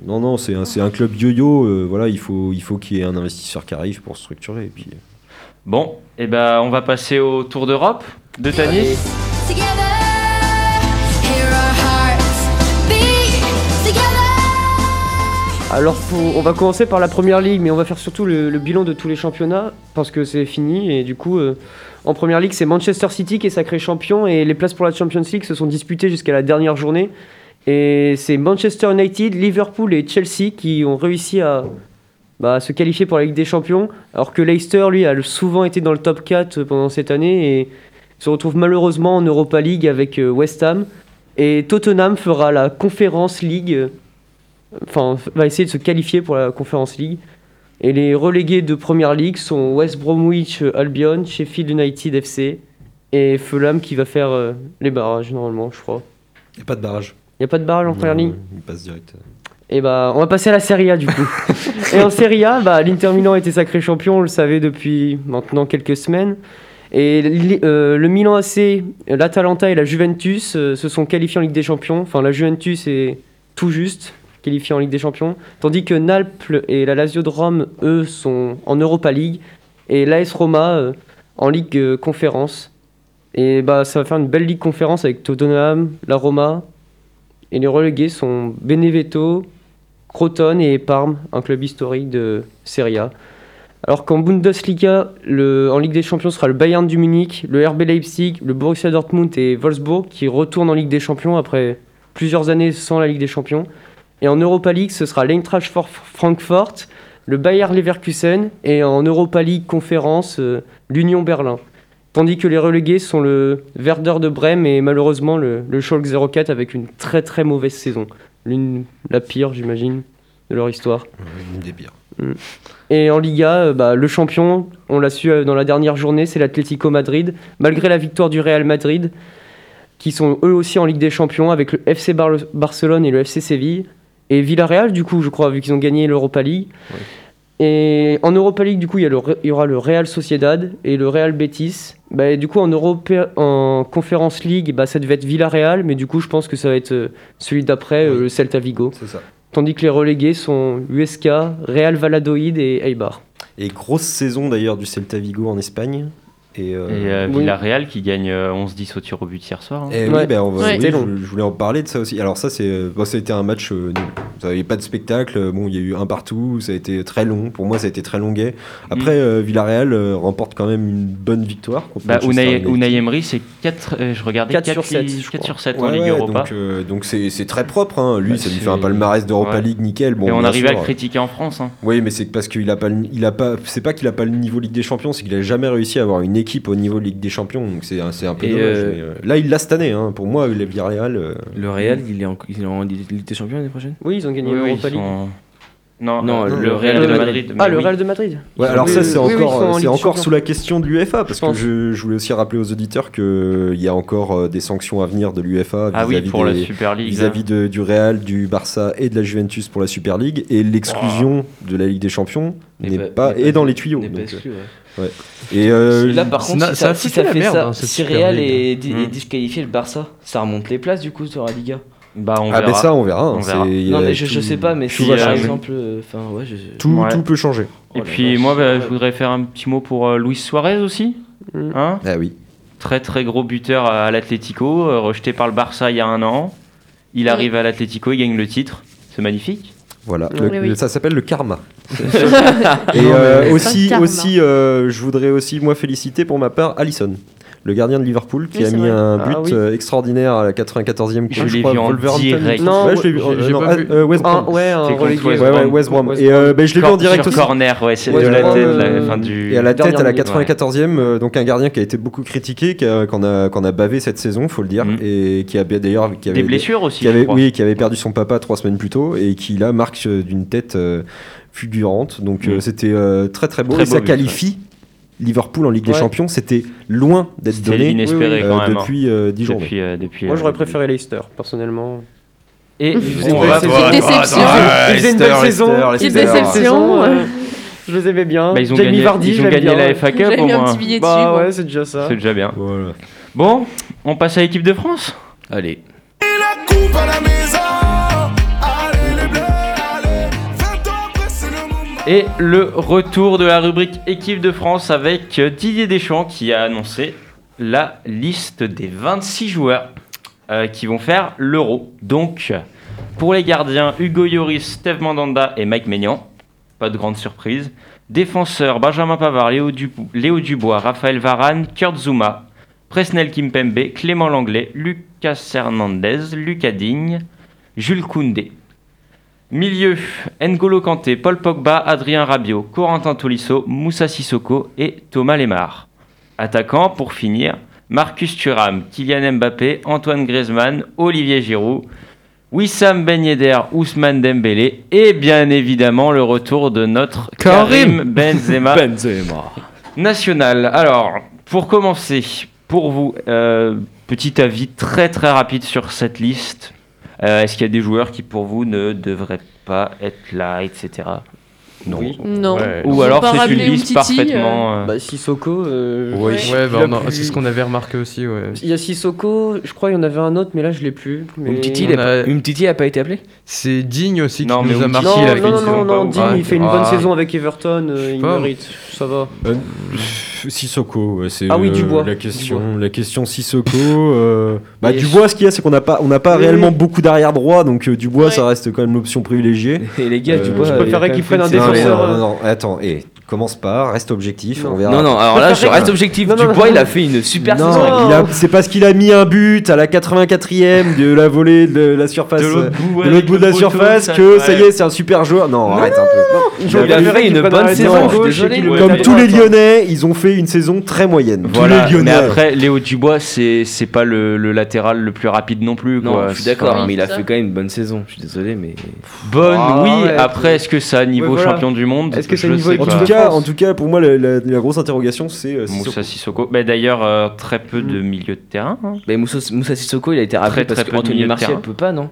Speaker 4: Non, non, c'est un, c'est un club yo-yo. euh, voilà, il faut, il faut qu'il y ait un investisseur qui arrive pour structurer. Et puis...
Speaker 3: Bon, et ben on va passer au Tour d'Europe de Tanis.
Speaker 9: Together, hear our hearts beat together.
Speaker 8: Alors, pour- on va commencer par la première ligue, mais on va faire surtout le, le bilan de tous les championnats parce que c'est fini. Et du coup, euh, en première ligue, c'est Manchester City qui est sacré champion et les places pour la Champions League se sont disputées jusqu'à la dernière journée. Et c'est Manchester United, Liverpool et Chelsea qui ont réussi à bah, se qualifier pour la Ligue des Champions, alors que Leicester, lui, a souvent été dans le top 4 pendant cette année et se retrouve malheureusement en Europa League avec euh, West Ham. Et Tottenham fera la Conference League. euh, enfin, va essayer de se qualifier pour la Conference League. Et les relégués de Première League sont West Bromwich euh, Albion, Sheffield United FC et Fulham qui va faire euh, les barrages normalement, je crois.
Speaker 4: Il n'y a pas de barrage.
Speaker 8: Il n'y a pas de barrage en Première League
Speaker 4: Il passe direct.
Speaker 8: et bah, on va passer à la Serie A du coup. et en Serie A, bah, l'Inter Milan était sacré champion, on le savait depuis maintenant quelques semaines. Et li- euh, le Milan AC, l'Atalanta et la Juventus euh, se sont qualifiés en Ligue des Champions. Enfin, la Juventus est tout juste qualifiée en Ligue des Champions. Tandis que Naples et la Lazio de Rome, eux, sont en Europa League. Et l'AS Roma euh, en Ligue euh, Conférence. Et bah, ça va faire une belle Ligue Conférence avec Tottenham, la Roma. Et les relégués sont Benevento, Crotone et Parme, un club historique de Serie A. Alors qu'en Bundesliga, le- en Ligue des Champions sera le Bayern du Munich, le RB Leipzig, le Borussia Dortmund et Wolfsburg qui retournent en Ligue des Champions après plusieurs années sans la Ligue des Champions. Et en Europa League, ce sera l'Eintracht For- Francfort, le Bayer Leverkusen et en Europa League Conférence, euh, l'Union Berlin. Tandis que les relégués sont le Werder de Brême et malheureusement le, le Schalke 04 avec une très très mauvaise saison. L'une, la pire, j'imagine, de leur histoire.
Speaker 4: Une des pires.
Speaker 8: Et en Liga, euh, bah, le champion, on l'a su euh, dans la dernière journée, c'est l'Atlético Madrid, malgré la victoire du Real Madrid, qui sont eux aussi en Ligue des Champions avec le FC Bar- Barcelone et le FC Séville. Et Villarreal, du coup, je crois, vu qu'ils ont gagné l'Europa League. Et en Europa League, du coup, il y, a le Re- il y aura le Real Sociedad et le Real Betis. Bah, et du coup, en, Europé- en Conference League, bah, ça devait être Villarreal, mais du coup, je pense que ça va être euh, celui d'après, euh,
Speaker 4: Oui.
Speaker 8: le Celta Vigo.
Speaker 4: C'est ça.
Speaker 8: Tandis que les relégués sont USK, Real Valladolid et Eibar.
Speaker 4: Et grosse saison d'ailleurs du Celta Vigo en Espagne. Et, euh,
Speaker 3: Et euh,
Speaker 8: Oui.
Speaker 3: Villarreal qui gagne euh, 11-10 au tir au but hier soir. hein.
Speaker 4: Eh oui,
Speaker 8: Ouais.
Speaker 4: ben, on va-
Speaker 7: Ouais.
Speaker 4: oui,
Speaker 8: C'était long.
Speaker 4: je, je voulais en parler de ça aussi. Alors ça, c'est, bon, ça a été un match euh, nul. Ça avait pas de spectacle. Bon, il y a eu un partout. Ça a été très long. Pour moi, ça a été très longuet. Après, euh, Villarreal euh, remporte quand même une bonne victoire. contre
Speaker 3: Mm. Bah,
Speaker 4: Manchester
Speaker 3: Unai,
Speaker 4: United.
Speaker 3: Unai Emery, c'est 4, je regardais
Speaker 8: Quatre
Speaker 3: 4,
Speaker 8: sur sept, je crois.
Speaker 3: sur 7 en
Speaker 4: Ouais,
Speaker 3: Ligue
Speaker 4: ouais,
Speaker 3: Europa.
Speaker 4: Donc, euh, donc c'est, c'est très propre. hein. Lui,
Speaker 3: Bah,
Speaker 4: ça lui
Speaker 3: c'est-
Speaker 4: fait un palmarès d'Europa
Speaker 3: Ouais.
Speaker 4: League nickel. Bon,
Speaker 3: et on
Speaker 4: bien
Speaker 3: arrivait à le
Speaker 4: sûr.
Speaker 3: critiquer en France. hein.
Speaker 4: Oui, mais c'est que parce qu'il a pas, le- il a pas, c'est pas qu'il a pas le niveau Ligue des Champions, c'est qu'il a jamais réussi à avoir une équipe au niveau Ligue des Champions. Donc c'est, un- c'est un peu
Speaker 6: Et,
Speaker 4: dommage.
Speaker 6: euh,
Speaker 4: mais, euh, là, il l'a cette année. hein. Pour moi, le Villarreal. euh,
Speaker 6: Le Real, il est en, il est en Ligue des Champions l'année prochaine
Speaker 8: Oui, ils ont gagné
Speaker 3: Oui, oui,
Speaker 8: l'Europa
Speaker 3: ils
Speaker 8: League.
Speaker 3: sont- Non,
Speaker 6: Non,
Speaker 3: euh,
Speaker 6: le
Speaker 3: le Real
Speaker 6: Real
Speaker 3: de
Speaker 6: de
Speaker 3: Madrid.
Speaker 8: Ah,
Speaker 3: mais
Speaker 8: le
Speaker 3: oui.
Speaker 8: Real de Madrid
Speaker 4: Ouais,
Speaker 8: Oui,
Speaker 4: alors ça,
Speaker 8: oui,
Speaker 4: c'est
Speaker 8: oui, oui, ils sont en
Speaker 4: encore,
Speaker 8: Ligue
Speaker 4: c'est
Speaker 8: des
Speaker 4: encore
Speaker 8: Champions.
Speaker 4: sous la question de l'UEFA, parce
Speaker 8: Je
Speaker 4: que
Speaker 8: pense.
Speaker 4: je, je voulais aussi rappeler aux auditeurs qu'il y a encore euh, des sanctions à venir de l'UEFA
Speaker 3: Ah oui,
Speaker 4: vis-à-vis
Speaker 3: pour la
Speaker 4: des-
Speaker 3: Super League.
Speaker 4: vis-à-vis de- du Real, du Barça et de la Juventus pour la Super League, et l'exclusion de la Ligue des Champions n'est pas, est dans les tuyaux.
Speaker 6: n'est pas
Speaker 4: donc,
Speaker 6: exclu, ouais.
Speaker 4: euh, et euh,
Speaker 6: Là, par contre,
Speaker 5: ça- ça
Speaker 6: si ça,
Speaker 5: a
Speaker 6: si
Speaker 5: foutu
Speaker 6: ça
Speaker 5: la
Speaker 6: fait
Speaker 5: merde,
Speaker 6: ça,
Speaker 5: hein, cette
Speaker 6: si
Speaker 5: Super
Speaker 6: Real
Speaker 5: League.
Speaker 6: est, di- est
Speaker 3: Mm.
Speaker 6: disqualifié le Barça, ça remonte les places du coup sur la Liga.
Speaker 3: Bah, on
Speaker 4: Ah,
Speaker 3: verra.
Speaker 4: ben ça, on verra. hein.
Speaker 3: On verra.
Speaker 4: C'est- il y
Speaker 6: Non,
Speaker 4: a
Speaker 6: mais je, je
Speaker 4: tout-
Speaker 6: sais pas, mais
Speaker 3: tout
Speaker 6: si
Speaker 3: va
Speaker 6: par
Speaker 3: changer.
Speaker 6: exemple. euh, Enfin, ouais, je. je-
Speaker 4: Tout,
Speaker 3: Ouais.
Speaker 4: tout peut changer.
Speaker 6: Oh
Speaker 3: Et
Speaker 6: la
Speaker 3: puis
Speaker 6: vache.
Speaker 3: moi, bah, je voudrais faire un petit mot pour euh, Luis Suarez aussi.
Speaker 8: Mm.
Speaker 3: Hein
Speaker 4: Ah oui.
Speaker 3: très très gros buteur à à l'Atlético, euh, rejeté par le Barça il y a un an. Il arrive à l'Atlético, il gagne le titre. C'est magnifique.
Speaker 8: Ah,
Speaker 4: Voilà,
Speaker 7: Oui,
Speaker 4: Le-
Speaker 7: oui.
Speaker 4: le- ça s'appelle le karma. Et
Speaker 7: Non,
Speaker 4: euh,
Speaker 7: mais-
Speaker 4: aussi,
Speaker 7: Pas le karma.
Speaker 4: aussi euh, je voudrais aussi moi féliciter pour ma part Allison, le gardien de Liverpool qui
Speaker 7: Oui,
Speaker 4: a
Speaker 7: c'est
Speaker 4: mis
Speaker 7: vrai.
Speaker 4: un
Speaker 8: Ah
Speaker 4: but
Speaker 8: oui.
Speaker 4: euh, extraordinaire à la 94e
Speaker 3: Je
Speaker 4: course,
Speaker 3: l'ai vu en direct.
Speaker 4: Non,
Speaker 8: Non,
Speaker 4: ouais, je l'ai vu.
Speaker 8: j'ai-
Speaker 4: euh,
Speaker 8: j'ai
Speaker 4: non,
Speaker 8: pas
Speaker 4: ah,
Speaker 8: vu.
Speaker 4: euh, West
Speaker 8: Ah,
Speaker 4: Brom.
Speaker 8: ouais, un
Speaker 3: C'est contre
Speaker 8: relégué.
Speaker 3: West
Speaker 4: Ouais, ouais,
Speaker 3: Brom.
Speaker 4: West Brom.
Speaker 8: West
Speaker 4: Et euh, ben, je l'ai vu en direct
Speaker 3: sur
Speaker 4: aussi.
Speaker 3: corner, ouais, c'est de
Speaker 4: West
Speaker 3: la
Speaker 4: Brom,
Speaker 3: tête, la
Speaker 8: euh,
Speaker 3: fin du.
Speaker 4: Et à la tête, à la
Speaker 3: Ouais.
Speaker 4: 94e, euh, donc un gardien qui a été beaucoup critiqué, qui a- qu'on a, qu'on a bavé cette saison, faut le dire,
Speaker 3: Mm.
Speaker 4: et qui a d'ailleurs, qui
Speaker 3: Des
Speaker 4: avait,
Speaker 3: blessures aussi.
Speaker 4: qui avait,
Speaker 3: je crois.
Speaker 4: oui, qui avait perdu son papa trois semaines plus tôt et qui là marque euh, d'une tête euh, fulgurante. Donc euh,
Speaker 3: Mm.
Speaker 4: c'était euh, très très beau.
Speaker 3: Très
Speaker 4: et ça
Speaker 3: beau but,
Speaker 4: qualifie Liverpool en Ligue des
Speaker 8: Ouais.
Speaker 4: Champions. C'était loin d'être
Speaker 3: C'était
Speaker 4: donné
Speaker 3: inespéré
Speaker 4: euh,
Speaker 3: quand même. hein.
Speaker 4: depuis euh, dix journées.
Speaker 3: Depuis, euh, depuis,
Speaker 8: Moi,
Speaker 3: euh, bah,
Speaker 8: j'aurais préféré Eh, Leicester, personnellement.
Speaker 3: Et
Speaker 8: une
Speaker 3: on
Speaker 8: belle
Speaker 3: va
Speaker 8: saison.
Speaker 3: voir.
Speaker 7: Petite déception.
Speaker 8: Ils faisaient une belle saison.
Speaker 7: Petite
Speaker 8: Leicester.
Speaker 7: déception.
Speaker 8: Saison, euh, Je les aimais bien.
Speaker 3: Bah, ils ont
Speaker 8: hein, Jamie
Speaker 3: gagné,
Speaker 8: Vardy,
Speaker 3: ils ont
Speaker 8: j'aime
Speaker 3: gagné
Speaker 8: bien. hein.
Speaker 3: la FA Cup
Speaker 7: J'avais
Speaker 3: au
Speaker 7: mis un
Speaker 3: moins.
Speaker 7: petit billet dessus.
Speaker 8: Bah
Speaker 7: moi.
Speaker 8: ouais, c'est déjà ça.
Speaker 3: C'est déjà bien.
Speaker 4: Voilà.
Speaker 3: Bon, on passe à l'équipe de France.
Speaker 6: Allez.
Speaker 3: Et le retour de la rubrique équipe de France avec euh, Didier Deschamps qui a annoncé la liste des 26 joueurs euh, qui vont faire l'Euro. Donc, pour les gardiens, Hugo Lloris, Steve Mandanda et Mike Maignan. Pas de grande surprise. Défenseurs, Benjamin Pavard, Léo, Dupo- Léo Dubois, Raphaël Varane, Kurt Zuma, Presnel Kimpembe, Clément Langlais, Lucas Hernandez, Lucas Digne, Jules Koundé. Milieu, N'Golo Kanté, Paul Pogba, Adrien Rabiot, Corentin Tolisso, Moussa Sissoko et Thomas Lemar. Attaquant, pour finir, Marcus Thuram, Kylian Mbappé, Antoine Griezmann, Olivier Giroud, Wissam Ben Yedder, Ousmane Dembélé et bien évidemment le retour de notre
Speaker 6: Karim
Speaker 3: Karim Benzema
Speaker 6: Benzema.
Speaker 3: National. Alors, pour commencer, pour vous, euh, petit avis très très rapide sur cette liste. Euh, Est-ce qu'il y a des joueurs qui pour vous ne devraient pas être là, etc. Non.
Speaker 7: Non.
Speaker 3: Ou
Speaker 7: Ils
Speaker 3: alors
Speaker 7: ont pas
Speaker 3: c'est une
Speaker 7: rappelé
Speaker 3: liste
Speaker 7: Umtiti,
Speaker 3: parfaitement. euh,
Speaker 8: Bah, Sissoko. euh,
Speaker 7: Oui.
Speaker 8: je-
Speaker 5: Ouais,
Speaker 8: je
Speaker 5: bah,
Speaker 8: l'ai
Speaker 5: non,
Speaker 8: plus.
Speaker 5: c'est ce qu'on avait remarqué aussi, ouais.
Speaker 8: Il y a Sissoko, je crois il y en avait un autre, mais là je l'ai plus. Mais...
Speaker 6: Umtiti,
Speaker 5: on
Speaker 6: il a
Speaker 5: a-
Speaker 6: pas- Umtiti a pas été
Speaker 3: *laughs*
Speaker 6: appelé
Speaker 5: C'est Digne aussi
Speaker 3: Non,
Speaker 5: qui
Speaker 3: mais
Speaker 5: nous a
Speaker 3: Umtiti,
Speaker 5: marqué.
Speaker 8: Non,
Speaker 3: il
Speaker 5: la
Speaker 3: a fait
Speaker 8: non,
Speaker 3: une
Speaker 8: non,
Speaker 3: saison
Speaker 8: non, non,
Speaker 3: pas
Speaker 8: Digne,
Speaker 3: ouf.
Speaker 8: il fait une
Speaker 5: Ah.
Speaker 8: bonne saison avec Everton, euh, il
Speaker 5: pas.
Speaker 8: mérite, ça va.
Speaker 4: Sissoko, ouais, c'est
Speaker 8: Ah oui,
Speaker 4: euh,
Speaker 8: Dubois.
Speaker 4: la question, la question Sissoko. euh, bah, Dubois, ce qu'il y a, c'est qu'on n'a pas, on n'a pas
Speaker 8: Oui,
Speaker 4: réellement
Speaker 8: oui.
Speaker 4: beaucoup d'arrière droit, donc euh, Dubois,
Speaker 7: Ouais.
Speaker 4: ça reste quand même l'option privilégiée.
Speaker 6: Et les gars,
Speaker 4: Euh,
Speaker 6: tu vois.
Speaker 4: je
Speaker 6: il a
Speaker 8: préférais
Speaker 6: quand
Speaker 8: qu'ils
Speaker 6: même
Speaker 8: prennent
Speaker 6: fait
Speaker 8: un
Speaker 6: une
Speaker 4: Non,
Speaker 6: saison-
Speaker 4: mais,
Speaker 8: défenseur,
Speaker 4: non,
Speaker 8: euh,
Speaker 4: non, attends, et commence pas, reste objectif,
Speaker 8: Non.
Speaker 4: on verra.
Speaker 6: Non, non, alors là, je
Speaker 8: préférer-
Speaker 6: reste objectif.
Speaker 8: Non, non, non.
Speaker 6: Dubois, il a fait une super
Speaker 4: Non,
Speaker 6: saison.
Speaker 8: non.
Speaker 4: il a- c'est parce qu'il a mis un but à la 84e de la volée de la surface.
Speaker 3: de
Speaker 4: euh,
Speaker 3: l'autre bout,
Speaker 4: De l'autre bout de la surface, que ça y est, c'est un super joueur. Non, arrête un peu.
Speaker 8: Il
Speaker 6: a fait une bonne saison, je suis désolé.
Speaker 4: Comme tous les Lyonnais, ils ont fait une saison très moyenne.
Speaker 3: Voilà,
Speaker 4: tous les
Speaker 3: mais
Speaker 4: Lyonnais.
Speaker 3: après, Léo Dubois, c'est c'est pas le, le latéral le plus rapide non plus.
Speaker 6: Non,
Speaker 3: quoi.
Speaker 6: je suis d'accord,
Speaker 3: Enfin,
Speaker 6: mais il a
Speaker 7: c'est ça.
Speaker 6: fait quand même une bonne saison. Je suis désolé, mais.
Speaker 3: Bonne,
Speaker 8: Ah,
Speaker 3: oui.
Speaker 8: ouais,
Speaker 3: après, est-ce que ça a niveau
Speaker 8: Ouais, voilà.
Speaker 3: champion du monde
Speaker 8: Est-ce que ça
Speaker 3: Je
Speaker 8: niveau
Speaker 3: sais
Speaker 8: équipe
Speaker 4: en
Speaker 3: pas.
Speaker 4: tout,
Speaker 8: de
Speaker 4: cas,
Speaker 8: France.
Speaker 4: en tout cas, pour moi, la, la- la grosse interrogation, c'est euh, Sissoko.
Speaker 3: Moussa Sissoko. Bah, D'ailleurs, euh, très peu
Speaker 7: Hmm.
Speaker 3: de milieu de terrain. hein.
Speaker 6: Mais Moussa, Moussa Sissoko, il a été
Speaker 3: Très,
Speaker 6: rappelé
Speaker 3: très
Speaker 6: parce
Speaker 3: peu de
Speaker 6: qu'Anthony
Speaker 3: milieu de
Speaker 6: Martial
Speaker 3: terrain.
Speaker 6: peut pas, non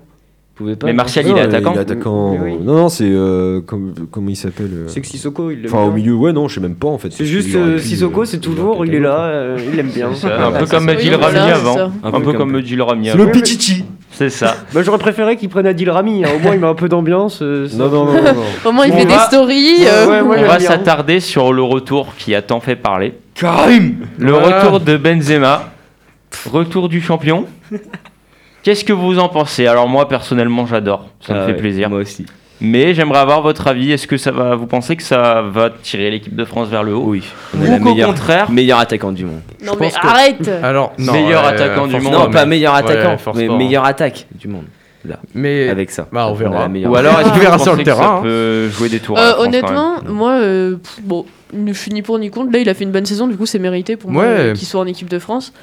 Speaker 6: Il pouvait pas.
Speaker 3: Mais
Speaker 6: non
Speaker 3: Martial,
Speaker 4: Non,
Speaker 3: il est attaquant.
Speaker 4: Il est attaquant.
Speaker 8: Oui, oui.
Speaker 4: Non, non, c'est. euh, comme- comment il s'appelle euh,
Speaker 8: C'est que Sissoko, il l'aime
Speaker 4: Enfin, au
Speaker 8: bien.
Speaker 4: milieu, ouais, non, je sais même pas en fait.
Speaker 8: C'est
Speaker 4: parce
Speaker 8: juste
Speaker 4: qu'il aurait
Speaker 8: euh,
Speaker 4: pu,
Speaker 8: Sissoko,
Speaker 4: euh,
Speaker 8: c'est
Speaker 4: il aurait
Speaker 8: toujours,
Speaker 4: pu
Speaker 8: il est
Speaker 4: être
Speaker 8: là,
Speaker 4: autre.
Speaker 8: euh, il l'aime bien.
Speaker 3: C'est ça, un peu
Speaker 6: c'est
Speaker 3: comme
Speaker 6: ça.
Speaker 3: Adil
Speaker 7: Oui, voilà,
Speaker 3: Rami
Speaker 7: c'est
Speaker 3: avant.
Speaker 7: ça.
Speaker 3: Un peu comme Adil Rami
Speaker 4: C'est le
Speaker 3: avant.
Speaker 4: Pichichi.
Speaker 3: C'est ça.
Speaker 8: Bah, J'aurais préféré qu'il prenne Adil Rami, hein, au moins il met un peu d'ambiance. euh, ça-
Speaker 4: Non, non, non, non,
Speaker 8: *laughs*
Speaker 4: non.
Speaker 7: Au moins, il
Speaker 3: On
Speaker 7: fait des
Speaker 3: va-
Speaker 7: stories.
Speaker 8: Ouais,
Speaker 7: euh,
Speaker 8: ouais, moi,
Speaker 3: On
Speaker 8: j'aime
Speaker 3: va
Speaker 8: bien.
Speaker 3: s'attarder sur le retour qui a tant fait parler.
Speaker 6: Karim
Speaker 3: Le
Speaker 5: Ouais.
Speaker 3: retour de Benzema. Retour du champion. Qu'est-ce que vous en pensez Alors moi personnellement j'adore, ça me
Speaker 6: Ah
Speaker 3: fait
Speaker 6: ouais,
Speaker 3: plaisir.
Speaker 6: Moi aussi.
Speaker 3: Mais j'aimerais avoir votre avis. Est-ce que ça va Vous pensez que ça va tirer l'équipe de France vers le haut
Speaker 6: Oui. On est la
Speaker 3: Ou qu'au
Speaker 6: meilleure,
Speaker 3: contraire,
Speaker 6: meilleure attaquante du monde.
Speaker 7: Non,
Speaker 5: Je
Speaker 7: mais
Speaker 5: pense que-
Speaker 7: arrête
Speaker 5: Alors, non,
Speaker 3: Meilleur attaquant du
Speaker 5: force
Speaker 3: monde.
Speaker 6: Non,
Speaker 3: mais-
Speaker 6: pas meilleur
Speaker 5: ouais,
Speaker 6: attaquant,
Speaker 5: force
Speaker 6: mais
Speaker 5: pas, hein.
Speaker 6: meilleure attaque du monde.
Speaker 5: Mais
Speaker 6: Avec ça.
Speaker 5: Bah, on verra.
Speaker 6: a la meilleure
Speaker 3: ou alors est-ce
Speaker 7: On
Speaker 3: que
Speaker 5: verra
Speaker 3: vous
Speaker 5: sur
Speaker 3: pensez
Speaker 5: le
Speaker 3: que
Speaker 5: terrain,
Speaker 3: ça
Speaker 5: hein.
Speaker 3: peut jouer des tours à la
Speaker 7: Euh,
Speaker 3: France, quand
Speaker 7: honnêtement,
Speaker 3: même
Speaker 7: moi, euh, pff, bon, je suis ni pour ni contre. Là, il a fait une bonne saison, du coup, c'est mérité pour moi
Speaker 5: Ouais.
Speaker 7: euh, qu'il soit en équipe de France.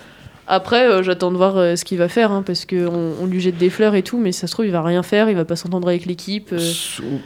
Speaker 7: Après, euh, j'attends de voir euh, ce qu'il va faire, hein, parce qu'on on lui jette des fleurs et tout, mais ça se trouve, il va rien faire, il va pas s'entendre avec l'équipe. euh,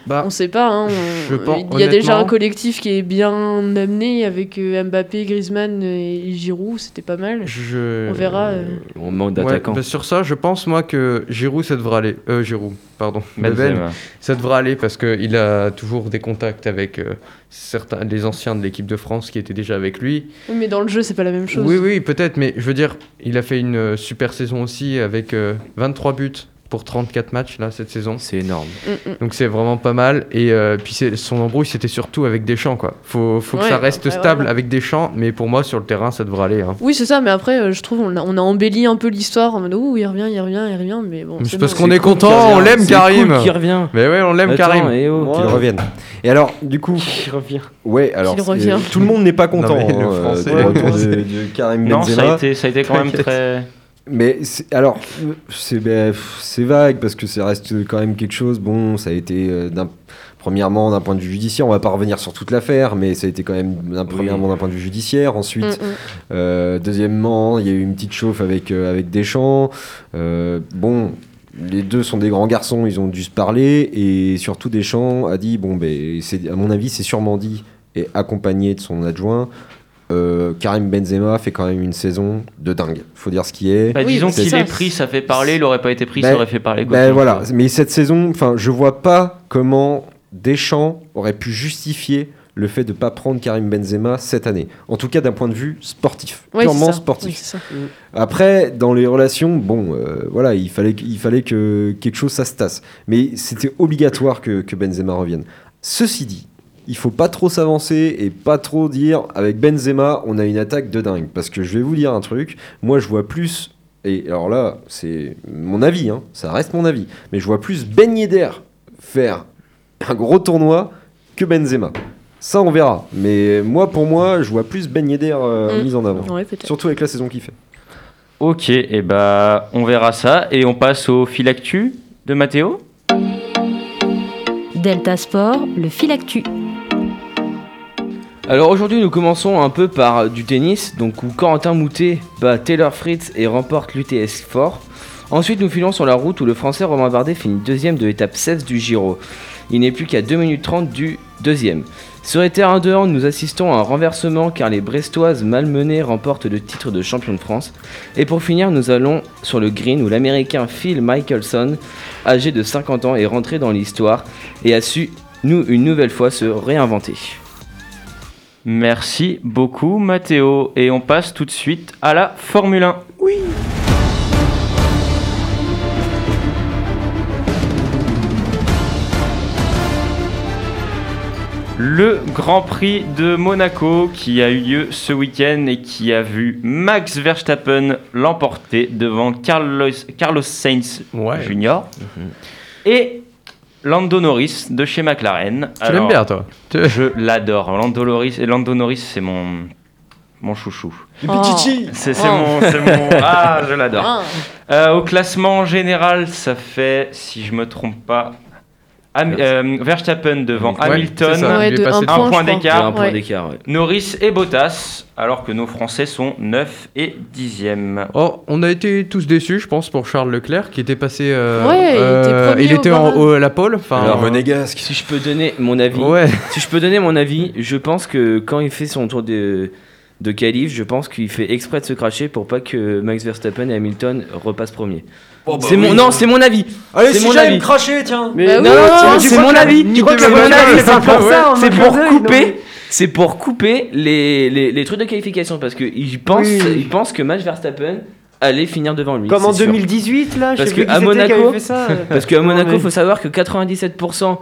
Speaker 5: bah,
Speaker 7: on sait pas. hein, on-
Speaker 5: je pense,
Speaker 7: il y a déjà un
Speaker 5: honnêtement-
Speaker 7: collectif qui est bien amené avec euh, Mbappé, Griezmann et Giroud, c'était pas mal.
Speaker 5: je...
Speaker 7: On verra, euh.
Speaker 6: On manque
Speaker 5: Ouais,
Speaker 6: d'attaquants.
Speaker 5: bah, sur ça, je pense moi que Giroud, ça devrait aller. Euh, Giroud, pardon.
Speaker 3: Benzema.
Speaker 5: Benzema. Ça devrait aller parce qu'il a toujours des contacts avec euh, certains, les anciens de l'équipe de France qui étaient déjà avec lui.
Speaker 7: Oui, mais dans le jeu, c'est pas la même chose.
Speaker 5: Oui, oui, peut-être, mais je veux dire, il a fait une euh, super saison aussi avec euh, 23 buts pour 34 matchs là cette saison.
Speaker 6: C'est énorme.
Speaker 7: Mm, mm.
Speaker 5: Donc c'est vraiment pas mal. Et euh, puis c'est- son embrouille, c'était surtout avec Deschamps, quoi. Faut, faut que
Speaker 7: Ouais,
Speaker 5: ça reste
Speaker 7: ouais,
Speaker 5: stable
Speaker 7: ouais.
Speaker 5: avec Deschamps, mais pour moi, sur le terrain, ça devrait aller. hein.
Speaker 7: Oui, c'est ça, mais après, euh, je trouve, on a, on a embelli un peu l'histoire en mode, ouh, il revient, il revient, il revient, mais bon.
Speaker 5: C'est
Speaker 7: c'est
Speaker 5: parce
Speaker 7: bon.
Speaker 5: qu'on est
Speaker 6: Qui
Speaker 5: content, on
Speaker 6: revient.
Speaker 5: l'aime
Speaker 6: C'est
Speaker 5: Karim.
Speaker 6: cool qui revient.
Speaker 5: Mais ouais, on l'aime
Speaker 6: Attends,
Speaker 5: Karim.
Speaker 6: eh oh.
Speaker 4: Qu'ils
Speaker 8: *laughs*
Speaker 4: reviennent. Et alors, du coup,
Speaker 8: Qui revient.
Speaker 4: ouais, alors
Speaker 7: Qu'il
Speaker 4: c'est-
Speaker 7: revient.
Speaker 4: tout le monde n'est pas content.
Speaker 5: Non, mais le
Speaker 4: hein, euh,
Speaker 5: français,
Speaker 4: du
Speaker 5: le
Speaker 4: retour
Speaker 5: français.
Speaker 4: de, de Karim
Speaker 3: Non, ça
Speaker 4: Benzema.
Speaker 3: a, été, ça a été quand même très.
Speaker 4: Mais c'est- alors, euh, c'est ben, pff, c'est vague parce que ça reste quand même quelque chose. Bon, ça a été euh, d'un- premièrement d'un point de vue judiciaire. On va pas revenir sur toute l'affaire, mais ça a été quand même d'un- premièrement d'un point de vue judiciaire. Ensuite,
Speaker 7: Mm, mm.
Speaker 4: euh, deuxièmement, il y a eu une petite chauffe avec, euh, avec Deschamps. Euh, bon, les deux sont des grands garçons, ils ont dû se parler. Et surtout, Deschamps a dit bon, ben, c'est- à mon avis, c'est sûrement dit et accompagné de son adjoint. euh, Karim Benzema fait quand même une saison de dingue. Faut dire ce qui est.
Speaker 3: Bah,
Speaker 7: Oui,
Speaker 3: disons
Speaker 4: c'est
Speaker 3: qu'il
Speaker 7: ça.
Speaker 3: est pris, ça fait parler. Il aurait pas été pris, ça
Speaker 4: Ben,
Speaker 3: aurait fait parler. quoi.
Speaker 4: Ben
Speaker 3: Donc,
Speaker 4: voilà,
Speaker 3: euh,
Speaker 4: mais cette saison, enfin, je vois pas comment Deschamps aurait pu justifier le fait de pas prendre Karim Benzema cette année. En tout cas, d'un point de vue sportif,
Speaker 7: Ouais, c'est
Speaker 4: purement
Speaker 7: ça.
Speaker 4: sportif.
Speaker 7: Oui, c'est ça.
Speaker 4: Après, dans les relations, bon, euh, voilà, il fallait, qu- il fallait que quelque chose ça se tasse. Mais c'était obligatoire que, que Benzema revienne. Ceci dit, il faut pas trop s'avancer et pas trop dire avec Benzema, on a une attaque de dingue. Parce que je vais vous dire un truc, moi je vois plus, et alors là, c'est mon avis, hein, ça reste mon avis, mais je vois plus Ben Yedder faire un gros tournoi que Benzema. Ça, on verra. Mais moi, pour moi, je vois plus Ben Yedder euh,
Speaker 7: Mm.
Speaker 4: mis en avant.
Speaker 7: Ouais, peut-être.
Speaker 4: Surtout avec la saison qu'il fait.
Speaker 3: Ok, et bah on verra ça et on passe au fil actu de Mathéo.
Speaker 1: Delta Sport, le fil actu.
Speaker 6: Alors aujourd'hui, nous commençons un peu par euh, du tennis, donc où Corentin Moutet bat Taylor Fritz et remporte l'UTS Fort. Ensuite, nous filons sur la route où le français Romain Bardet finit deuxième de l'étape 16 du Giro. Il n'est plus qu'à 2 minutes 30 du deuxième. Sur les terrains de hand, nous assistons à un renversement car les Brestoises malmenées remportent le titre de champion de France. Et pour finir, nous allons sur le green où l'américain Phil Michelson, âgé de 50 ans, est rentré dans l'histoire et a su, nous, une nouvelle fois se réinventer.
Speaker 3: Merci beaucoup Mathéo et on passe tout de suite à la Formule 1. Le Grand Prix de Monaco qui a eu lieu ce week-end et qui a vu Max Verstappen l'emporter devant Carlos, Carlos Sainz
Speaker 5: Ouais. Mhm.
Speaker 3: Jr. et Lando Norris de chez McLaren.
Speaker 5: Tu l'aimes
Speaker 3: Alors,
Speaker 5: bien, toi Tu-
Speaker 3: Je l'adore. Lando Norris, et Lando Norris, c'est mon mon chouchou.
Speaker 7: Oh.
Speaker 3: C'est c'est
Speaker 7: Oh.
Speaker 3: mon, c'est
Speaker 7: *laughs*
Speaker 3: mon- Ah, je l'adore.
Speaker 7: Ah.
Speaker 3: Euh, au classement général, ça fait, si je me trompe pas, Ham- euh, Verstappen devant
Speaker 5: Ouais, c'est
Speaker 3: Hamilton.
Speaker 5: ça.
Speaker 7: Ouais,
Speaker 5: il est
Speaker 7: de
Speaker 5: passé
Speaker 7: un
Speaker 5: de-
Speaker 7: point,
Speaker 3: un point
Speaker 7: je crois.
Speaker 6: Il y a un
Speaker 3: d'écart.
Speaker 6: point
Speaker 7: Ouais.
Speaker 6: d'écart, ouais.
Speaker 3: Norris et Bottas, alors que nos Français sont 9 et 10e.
Speaker 5: Oh, on a été tous déçus, je pense, pour Charles Leclerc qui était passé. euh,
Speaker 7: Ouais, il était
Speaker 5: euh,
Speaker 7: premier
Speaker 5: il était
Speaker 7: au
Speaker 5: en
Speaker 7: barrage.
Speaker 5: haut à la pole.
Speaker 4: Ah.
Speaker 5: Enfin,
Speaker 6: Alors,
Speaker 5: euh,
Speaker 4: Monégasque.
Speaker 6: Si je peux donner mon avis,
Speaker 5: ouais.
Speaker 6: si je peux donner mon avis, je pense que quand il fait son tour de de qualif, je pense qu'il fait exprès de se cracher pour pas que Max Verstappen et Hamilton repassent premier. c'est mon non, c'est mon avis.
Speaker 4: Allez,
Speaker 6: C'est si mon j'aime avis.
Speaker 4: cracher, tiens
Speaker 8: Mais
Speaker 7: Bah oui,
Speaker 6: Non, non,
Speaker 7: tiens,
Speaker 6: non,
Speaker 8: tu
Speaker 6: c'est
Speaker 8: crois
Speaker 6: mon
Speaker 8: que la-
Speaker 6: avis.
Speaker 8: ni
Speaker 6: Tu crois
Speaker 8: de
Speaker 6: que c'est mon
Speaker 8: Manuel,
Speaker 6: avis
Speaker 8: c'est
Speaker 6: C'est
Speaker 8: pas
Speaker 6: pour hein,
Speaker 8: pour ça, on
Speaker 6: c'est
Speaker 8: m'a
Speaker 6: pour
Speaker 8: fait ça, non,
Speaker 6: couper, c'est pour couper les, les, les trucs de qualification parce que il pense
Speaker 8: Oui.
Speaker 6: il pense que Max Verstappen allait finir devant lui.
Speaker 8: Comme en
Speaker 6: c'est sûr.
Speaker 8: 2018 là, je
Speaker 6: Parce
Speaker 8: sais
Speaker 6: que
Speaker 8: plus qui
Speaker 6: à
Speaker 8: c'était qui avait
Speaker 6: Monaco-
Speaker 8: fait
Speaker 6: *laughs*
Speaker 8: ça. euh.
Speaker 6: Parce qu'à
Speaker 8: Non,
Speaker 6: Monaco,
Speaker 8: mais-
Speaker 6: faut savoir que 97%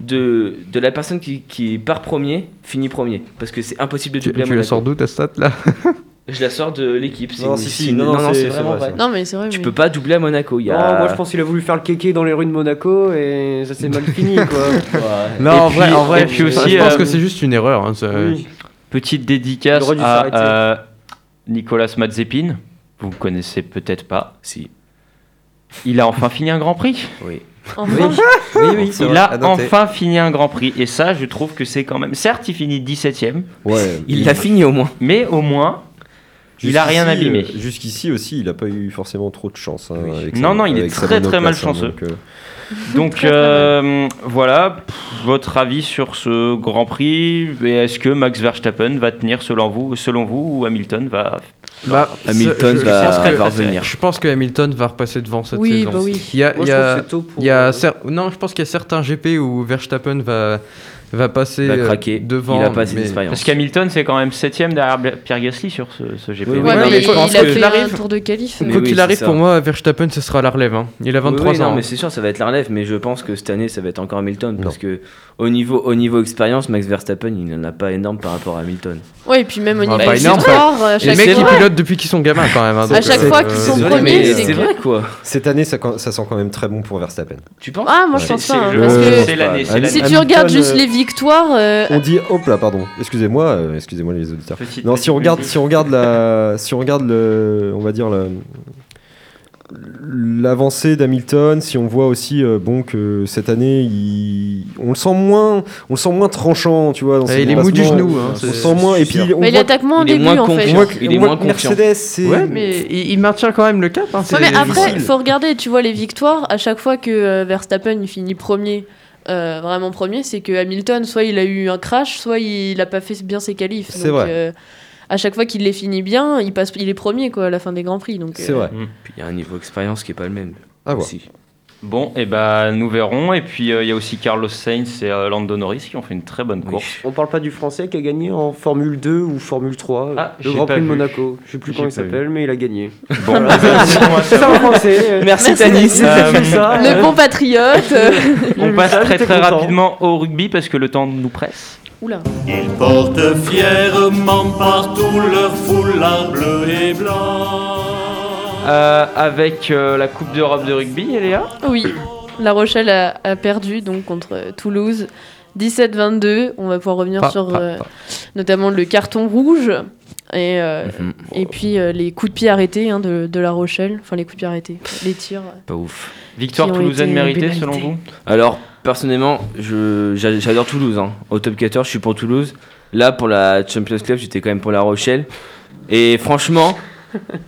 Speaker 6: de, de la personne qui, qui part premier finit premier. Parce que c'est impossible de
Speaker 5: Tu,
Speaker 6: doubler à
Speaker 5: tu le
Speaker 6: Monaco.
Speaker 5: sors d'où ta stat là
Speaker 6: Je la sors de l'équipe. c'est
Speaker 4: Non,
Speaker 6: une-
Speaker 4: si, si,
Speaker 6: c'est une-
Speaker 4: non, non, c'est-
Speaker 6: c'est
Speaker 4: c'est
Speaker 6: vraiment
Speaker 4: vrai,
Speaker 6: vrai.
Speaker 4: c'est
Speaker 7: Non, mais c'est vrai.
Speaker 6: Tu
Speaker 7: mais-
Speaker 6: peux pas doubler à Monaco. Il y a...
Speaker 8: Oh, moi je pense qu'il a voulu faire le kéké dans les rues de Monaco et ça s'est mal
Speaker 6: *laughs*
Speaker 8: fini quoi.
Speaker 6: Ouais.
Speaker 5: Non, en
Speaker 3: puis-
Speaker 5: vrai, en vrai,
Speaker 3: et puis
Speaker 5: je-
Speaker 3: aussi,
Speaker 5: je pense
Speaker 3: euh,
Speaker 5: que c'est juste une erreur. hein, ça-
Speaker 8: Oui.
Speaker 3: Petite dédicace
Speaker 8: Il aurait dû s'arrêter.
Speaker 3: à euh, Nicolas Mazepin. Vous connaissez peut-être pas.
Speaker 6: Si.
Speaker 3: Il a enfin fini un Grand Prix.
Speaker 6: Oui.
Speaker 7: Enfin,
Speaker 4: Oui, oui,
Speaker 3: Il a enfin fini un Grand Prix. Et ça, je trouve que c'est quand même. Certes, il finit 17ème,
Speaker 4: Ouais,
Speaker 6: Il l'a fini au moins.
Speaker 3: mais au
Speaker 7: *laughs*
Speaker 3: moins, il a
Speaker 4: Jusqu'ici,
Speaker 3: rien abîmé.
Speaker 4: euh, Jusqu'ici aussi, il n'a pas eu forcément trop de chance. hein,
Speaker 6: Oui.
Speaker 4: avec
Speaker 3: Non, non, il est
Speaker 4: avec sa
Speaker 3: très, très
Speaker 4: monoplace,
Speaker 3: malchanceux.
Speaker 4: donc, euh,
Speaker 3: Donc euh, voilà, pff, votre avis sur ce Grand Prix. Et Est-ce que Max Verstappen va tenir selon vous, selon vous ou Hamilton va
Speaker 5: Bah,
Speaker 6: Hamilton
Speaker 5: je- je
Speaker 6: va-
Speaker 5: pense que-
Speaker 6: va revenir.
Speaker 5: Je pense que Hamilton va repasser devant cette
Speaker 7: Oui,
Speaker 5: saison.
Speaker 7: bah oui.
Speaker 6: Ah,
Speaker 5: Il y a,
Speaker 8: Moi,
Speaker 5: il
Speaker 8: je
Speaker 5: y a-
Speaker 8: trouve que c'est tôt pour,
Speaker 5: il y a
Speaker 8: euh,
Speaker 5: cer- non, je pense qu'il y a certains GP où Verstappen va va passer
Speaker 6: Va
Speaker 5: euh,
Speaker 6: craquer.
Speaker 5: devant.
Speaker 6: il a pas assez
Speaker 5: mais-
Speaker 6: d'expérience.
Speaker 3: Parce qu'Hamilton, c'est quand même 7ème derrière Bla- Pierre Gasly sur ce, ce GP.
Speaker 6: Oui, oui,
Speaker 7: Ouais,
Speaker 6: non,
Speaker 7: mais,
Speaker 6: mais je
Speaker 7: il a
Speaker 6: pense
Speaker 5: que-
Speaker 7: fait un
Speaker 5: J'arrive.
Speaker 7: tour de qualif.
Speaker 6: Mais
Speaker 5: Quoi
Speaker 6: oui,
Speaker 5: qu'il
Speaker 6: c'est
Speaker 5: arrive,
Speaker 6: ça.
Speaker 5: pour moi, Verstappen, ce sera la relève. hein. Il a 23
Speaker 6: Oui, oui,
Speaker 5: ans.
Speaker 6: Non, mais
Speaker 5: hein.
Speaker 6: c'est sûr, ça va être la relève, mais je pense que cette année, ça va être encore Hamilton. Parce que au niveau, au niveau expérience, Max Verstappen, il n'en a pas énorme par rapport à Hamilton.
Speaker 7: Ouais, et puis même au
Speaker 5: Ah,
Speaker 7: niveau
Speaker 5: bah,
Speaker 7: du
Speaker 5: énorme,
Speaker 7: sport, à
Speaker 5: Les
Speaker 7: chaque
Speaker 5: mecs qui
Speaker 7: fois.
Speaker 5: pilotent depuis qu'ils sont gamins, quand même. hein,
Speaker 7: À
Speaker 5: donc,
Speaker 7: chaque
Speaker 5: euh,
Speaker 7: fois qu'ils sont
Speaker 4: désolé,
Speaker 7: premiers,
Speaker 4: mais
Speaker 7: c'est
Speaker 6: c'est
Speaker 7: que-
Speaker 6: vrai, quoi.
Speaker 4: Cette année, ça, ça sent quand même très bon pour Verstappen.
Speaker 3: Bah.
Speaker 6: Tu penses
Speaker 7: Ah, moi je
Speaker 3: C'est-
Speaker 7: pense
Speaker 3: c'est-
Speaker 7: pas. hein,
Speaker 3: je-
Speaker 7: parce que
Speaker 3: c'est l'année, c'est
Speaker 4: Allez.
Speaker 3: l'année.
Speaker 7: si tu
Speaker 4: Hamilton,
Speaker 7: regardes juste
Speaker 4: euh,
Speaker 7: les victoires, euh,
Speaker 4: On dit hop là, pardon. Excusez-moi, euh, excusez-moi les auditeurs.
Speaker 3: Petite-
Speaker 4: Non, si on regarde, si on regarde la, si on regarde le, on va dire le- l'avancée d'Hamilton, si on voit aussi euh, bon que cette année, il- on le sent moins, on le sent moins tranchant, tu vois. Dans ses
Speaker 5: eh, Il est mou du
Speaker 4: dépassements.
Speaker 5: genou. hein,
Speaker 4: euh, On
Speaker 5: c'est-
Speaker 4: le sent moins. Et puis on
Speaker 7: bah, il
Speaker 4: voit,
Speaker 7: attaque moins au
Speaker 6: il est
Speaker 7: début
Speaker 6: moins
Speaker 7: en
Speaker 4: on
Speaker 7: fait.
Speaker 4: voit que-
Speaker 6: Il est
Speaker 4: on voit
Speaker 6: moins
Speaker 4: que
Speaker 6: confiant.
Speaker 4: Mercedes, c'est
Speaker 5: Ouais, mais il, il maintient quand même le cap. hein,
Speaker 7: Ouais, mais
Speaker 5: c'est-
Speaker 7: après, il
Speaker 5: c'est-
Speaker 7: faut regarder, tu vois, les victoires, à chaque fois que euh, Verstappen finit premier, euh, vraiment premier, c'est que Hamilton, soit il a eu un crash, soit il a pas fait bien ses qualifs.
Speaker 4: C'est
Speaker 7: Donc,
Speaker 4: vrai.
Speaker 7: euh, à chaque fois qu'il les finit bien, il, passe, il est premier quoi, à la fin des Grands Prix. Donc, euh,
Speaker 4: c'est vrai.
Speaker 6: Puis Il y a un niveau expérience qui est pas le même.
Speaker 4: À voir.
Speaker 6: aussi.
Speaker 3: Bon, et ben nous verrons. Et puis euh, il y a aussi Carlos Sainz et euh, Lando Norris qui ont fait une très bonne *laughs*
Speaker 6: Oui.
Speaker 3: course.
Speaker 8: On parle pas du français qui a gagné en Formule 2 ou Formule 3,
Speaker 3: Ah,
Speaker 8: le
Speaker 3: j'ai
Speaker 8: Grand
Speaker 3: pas
Speaker 8: Prix de
Speaker 3: vu.
Speaker 8: Monaco. Je sais plus
Speaker 3: J'ai
Speaker 8: comment il
Speaker 3: pas vu.
Speaker 8: s'appelle, mais il a gagné.
Speaker 3: Bon, on
Speaker 8: *laughs* C'est ça en français.
Speaker 6: Merci,
Speaker 3: *laughs*
Speaker 6: Tanis.
Speaker 3: Euh,
Speaker 8: ça.
Speaker 7: Le bon
Speaker 4: *laughs*
Speaker 7: patriote euh,
Speaker 3: passe
Speaker 8: Ah,
Speaker 3: très
Speaker 8: j'étais
Speaker 3: très
Speaker 8: content.
Speaker 3: rapidement au rugby parce que le temps nous presse.
Speaker 7: Oula.
Speaker 10: Ils portent fièrement partout leur foulard bleu et blanc.
Speaker 3: Euh, avec euh, la Coupe d'Europe de rugby, Eléa.
Speaker 7: Oui, La Rochelle a, a perdu donc contre euh, Toulouse. 17-22, on va pouvoir revenir
Speaker 5: Pa,
Speaker 7: sur
Speaker 5: pa,
Speaker 7: euh,
Speaker 5: pa.
Speaker 7: notamment le carton rouge et, euh,
Speaker 6: Mhm.
Speaker 7: et puis euh, les coups de pied arrêtés hein, de, de La Rochelle. Enfin, les coups de pied arrêtés, les tirs.
Speaker 6: Pas ouf.
Speaker 3: Victoire
Speaker 7: Qui ont
Speaker 3: toulousaine
Speaker 7: été
Speaker 3: méritée
Speaker 7: pénalisées.
Speaker 3: selon vous
Speaker 6: Alors, personnellement, je, j'a- j'adore Toulouse. hein. Au top 14, je suis pour Toulouse. Là, pour la Champions Club, j'étais quand même pour La Rochelle. Et franchement.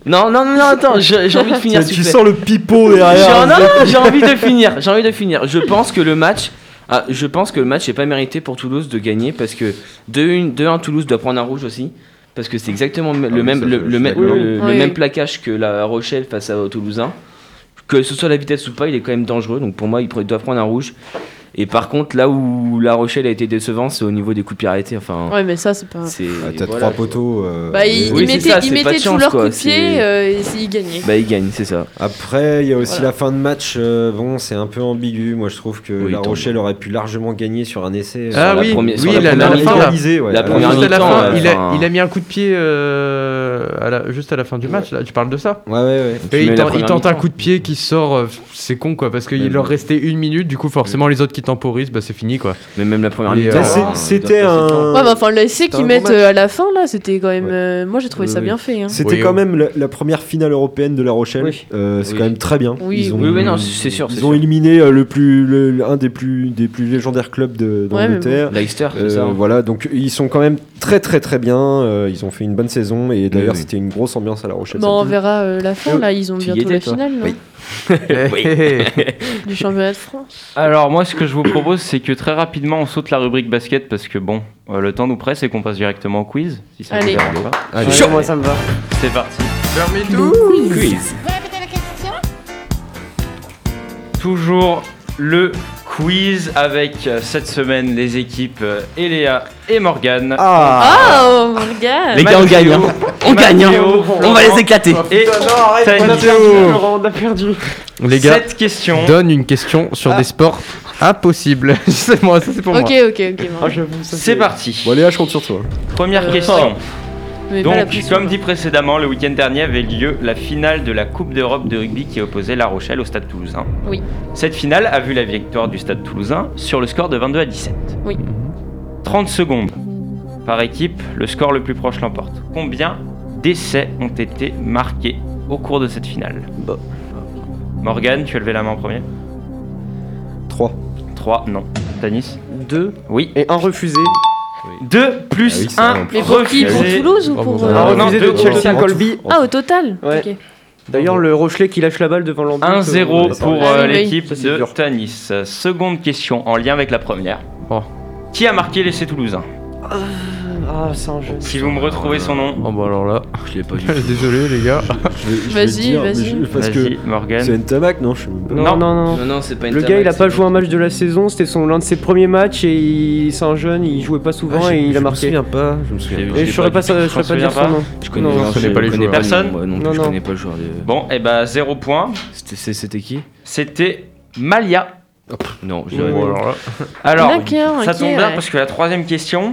Speaker 6: Non, non, non, non, attends, je- j'ai envie de finir. s'il
Speaker 4: Tu
Speaker 6: te plaît.
Speaker 4: sens le pipeau
Speaker 6: J'ai-
Speaker 4: derrière.
Speaker 6: non, non, j'ai envie de finir. J'ai envie de finir. Je pense que le match. ah, je pense que le match n'est pas mérité pour Toulouse de gagner parce que 2-1 2-1, Toulouse doit prendre un rouge aussi. Parce que c'est exactement le,
Speaker 4: Ah oui,
Speaker 6: même,
Speaker 4: ça,
Speaker 6: le,
Speaker 4: je
Speaker 6: le
Speaker 4: suis
Speaker 6: même-
Speaker 4: d'accord.
Speaker 6: le- le
Speaker 7: Oui.
Speaker 6: même plaquage que la Rochelle face à- aux Toulousains. Que ce soit la vitesse ou pas, il est quand même dangereux. Donc pour moi, il pr- doit prendre un rouge. Et par contre, là où la Rochelle a été décevante, c'est au niveau des coups de pied arrêtés. Enfin,
Speaker 7: Ouais, mais ça, c'est pas.
Speaker 6: c'est.
Speaker 4: Ah, T'as
Speaker 6: voilà.
Speaker 4: trois poteaux. euh,
Speaker 7: Bah, ils,
Speaker 6: oui,
Speaker 7: ils
Speaker 6: c'est
Speaker 7: mettaient,
Speaker 6: ça,
Speaker 7: ils
Speaker 6: c'est pas
Speaker 7: mettaient
Speaker 6: de
Speaker 7: tous
Speaker 6: chance,
Speaker 7: leurs
Speaker 6: quoi,
Speaker 7: coups de pied
Speaker 6: c'est-
Speaker 7: euh, et c'est- ils gagnaient.
Speaker 6: Bah, il gagne, c'est ça.
Speaker 4: Après, il y a aussi
Speaker 7: Voilà.
Speaker 4: la fin de match. euh, bon, c'est un peu ambigu. Moi, je trouve que
Speaker 6: Oui,
Speaker 4: La
Speaker 6: tant
Speaker 4: Rochelle aurait pu largement gagner sur un essai.
Speaker 5: Ah
Speaker 6: Sur la
Speaker 5: oui,
Speaker 6: première- sur
Speaker 5: oui,
Speaker 6: la
Speaker 5: la- la
Speaker 6: première
Speaker 5: fin, là.
Speaker 6: mi-temps.
Speaker 4: Réalisé, ouais.
Speaker 6: La
Speaker 4: Alors,
Speaker 6: première
Speaker 5: Juste à la
Speaker 6: mi-temps,
Speaker 5: fin,
Speaker 6: euh,
Speaker 5: il, a,
Speaker 6: enfin-
Speaker 5: il a mis un coup de pied euh, à la- juste à la fin du match. Là, tu parles de ça
Speaker 4: Ouais, ouais, ouais.
Speaker 5: Et
Speaker 6: mets
Speaker 5: il,
Speaker 6: la
Speaker 5: tente- il
Speaker 6: première
Speaker 5: tente un
Speaker 6: mi-temps.
Speaker 5: coup de pied qui sort. euh, c'est con quoi, parce qu'il
Speaker 6: Ouais.
Speaker 5: leur restait une minute. Du coup, forcément, les autres qui temporisent, bah, c'est fini quoi.
Speaker 6: Mais même la première
Speaker 5: Et,
Speaker 6: mi-temps.
Speaker 5: euh,
Speaker 4: Mais Ah, c'est-
Speaker 6: hein,
Speaker 4: C'était
Speaker 6: il doit passer
Speaker 4: un.
Speaker 7: Ouais, bah, mais enfin, l'essai
Speaker 4: c'était un
Speaker 7: qu'ils
Speaker 4: bon
Speaker 7: mettent
Speaker 4: match.
Speaker 7: euh, à la fin, là, c'était quand même.
Speaker 4: Ouais.
Speaker 7: euh, moi, j'ai trouvé
Speaker 4: Oui,
Speaker 7: ça
Speaker 4: oui.
Speaker 7: bien fait. hein.
Speaker 4: C'était
Speaker 5: Oui,
Speaker 4: quand
Speaker 5: oui.
Speaker 4: même la, la première finale européenne de La Rochelle.
Speaker 8: Oui.
Speaker 4: Euh, c'est
Speaker 6: Oui.
Speaker 4: quand même très bien.
Speaker 7: Oui,
Speaker 4: ils ont,
Speaker 6: oui, oui, non, c'est sûr,
Speaker 4: Ils
Speaker 6: c'est
Speaker 4: ont
Speaker 6: sûr.
Speaker 4: éliminé euh, le plus, le- un des plus, des plus légendaires clubs de- d'Angleterre.
Speaker 6: Leicester, c'est
Speaker 4: Euh,
Speaker 6: ça. hein.
Speaker 4: voilà, donc ils sont quand même très très très bien. euh, ils ont fait une bonne saison et d'ailleurs
Speaker 6: Oui, oui.
Speaker 4: c'était une grosse ambiance à La Rochelle.
Speaker 7: Bon, on
Speaker 4: samedi.
Speaker 7: verra euh, la fin,
Speaker 4: Euh,
Speaker 7: là. Ils ont
Speaker 6: tu y
Speaker 7: bientôt
Speaker 6: étais,
Speaker 7: la
Speaker 6: toi
Speaker 7: finale, non
Speaker 6: *laughs* Oui.
Speaker 7: Du championnat de France.
Speaker 3: Alors moi ce que je vous propose c'est que très rapidement on saute la rubrique basket parce que bon euh, le temps nous presse et qu'on passe directement au quiz si ça vous
Speaker 7: Allez.
Speaker 3: dérange pas.
Speaker 4: Allez.
Speaker 8: Ouais, Moi ça me va.
Speaker 3: C'est parti.
Speaker 9: Vous répétez la question
Speaker 3: Toujours le quiz avec euh, cette semaine les équipes euh, Eléa et Morgane.
Speaker 4: Ah,
Speaker 7: Oh, mon gars
Speaker 6: Les gars, on gagne. hein. On gagne. hein. On va les éclater.
Speaker 3: Et
Speaker 8: On a
Speaker 3: Tani.
Speaker 8: perdu, Laurent, on a perdu.
Speaker 5: *laughs* Les gars,
Speaker 3: Cette question.
Speaker 5: donne une question sur des sports impossibles. *laughs* c'est moi, ça c'est pour
Speaker 7: Ah. Ok, ok, ok. bon.
Speaker 8: Ah, j'avoue, ça,
Speaker 3: C'est parti.
Speaker 4: Bon, Léa, je compte sur toi.
Speaker 3: Première
Speaker 7: Euh,
Speaker 3: question.
Speaker 7: Mais pas la
Speaker 3: Donc,
Speaker 7: pression,
Speaker 3: comme
Speaker 7: là.
Speaker 3: dit précédemment, le week-end dernier avait lieu la finale de la Coupe d'Europe de rugby qui opposait La Rochelle au Stade Toulousain.
Speaker 7: Oui.
Speaker 3: Cette finale a vu la victoire du Stade Toulousain sur le score de 22 à 17.
Speaker 7: Oui.
Speaker 3: 30 secondes par équipe, le score le plus proche l'emporte. Combien d'essais ont été marqués au cours de cette finale Morgane, tu as levé la main en premier
Speaker 4: 3.
Speaker 3: 3, non. Tanis
Speaker 8: Deux
Speaker 3: Oui.
Speaker 8: et un refusé.
Speaker 3: 2 plus
Speaker 4: Ah oui, ça va.
Speaker 3: 1
Speaker 7: Mais pour qui Pour
Speaker 3: refusé.
Speaker 7: Toulouse ou
Speaker 5: Oh,
Speaker 7: pour.
Speaker 5: bon,
Speaker 4: Ah,
Speaker 7: euh,
Speaker 8: Un
Speaker 3: non,
Speaker 8: refusé
Speaker 3: deux,
Speaker 8: de Chelsea à
Speaker 4: en tout.
Speaker 8: Colby.
Speaker 7: Ah, au total
Speaker 8: Ouais.
Speaker 7: Ok.
Speaker 8: D'ailleurs, le Rochelet qui lâche la balle devant l'embut.
Speaker 3: 1-0 pour euh,
Speaker 7: Ah oui, oui.
Speaker 3: l'équipe
Speaker 8: Ça, c'est
Speaker 3: de
Speaker 8: dur.
Speaker 3: Tanis. Seconde question en lien avec la première.
Speaker 5: Oh.
Speaker 3: Qui a marqué l'essai toulousain
Speaker 8: Ah, c'est un jeu.
Speaker 3: Si vous me retrouvez son nom.
Speaker 5: Oh bah alors là, *laughs*
Speaker 6: Je l'ai pas vu.
Speaker 5: désolé les gars.
Speaker 4: Je vais- je vais
Speaker 7: Vas-y,
Speaker 4: le dire, mais
Speaker 7: vas-y.
Speaker 4: je- Parce que
Speaker 3: Vas-y, Morgan.
Speaker 4: c'est Ntamak, non Je sais même pas.
Speaker 8: Non,
Speaker 3: Non.
Speaker 8: non, non.
Speaker 6: Non, non, c'est pas une
Speaker 8: Le gars, il a pas joué un match de la saison, c'était son l'un de ses premiers matchs et il- c'est un jeune, il jouait pas souvent
Speaker 4: Ah, je-
Speaker 8: et il
Speaker 4: je
Speaker 8: a marqué.
Speaker 4: me souviens pas. Je me
Speaker 6: J'ai
Speaker 4: souviens
Speaker 6: vu.
Speaker 4: pas.
Speaker 8: Et je saurais
Speaker 3: pas
Speaker 8: pas,
Speaker 3: du
Speaker 8: sa-
Speaker 3: tout,
Speaker 8: je
Speaker 3: je m'en
Speaker 8: saurais pas dire
Speaker 3: souviens
Speaker 8: son nom.
Speaker 6: Je connais,
Speaker 8: Non,
Speaker 6: non,
Speaker 8: on
Speaker 5: connaît pas les
Speaker 6: connais
Speaker 5: joueurs.
Speaker 6: le
Speaker 3: Personne
Speaker 6: nom, ouais, non, plus,
Speaker 8: Non,
Speaker 6: je
Speaker 8: non.
Speaker 6: connais pas le joueur. de-
Speaker 3: Bon, et bah, zéro point.
Speaker 6: C'était- c'est- C'était qui
Speaker 3: C'était Malia.
Speaker 6: Non, je dirais
Speaker 5: Bon, alors là.
Speaker 3: Alors,
Speaker 7: D'accord,
Speaker 3: ça
Speaker 7: ok,
Speaker 3: tombe bien
Speaker 7: ouais.
Speaker 3: parce que la troisième question,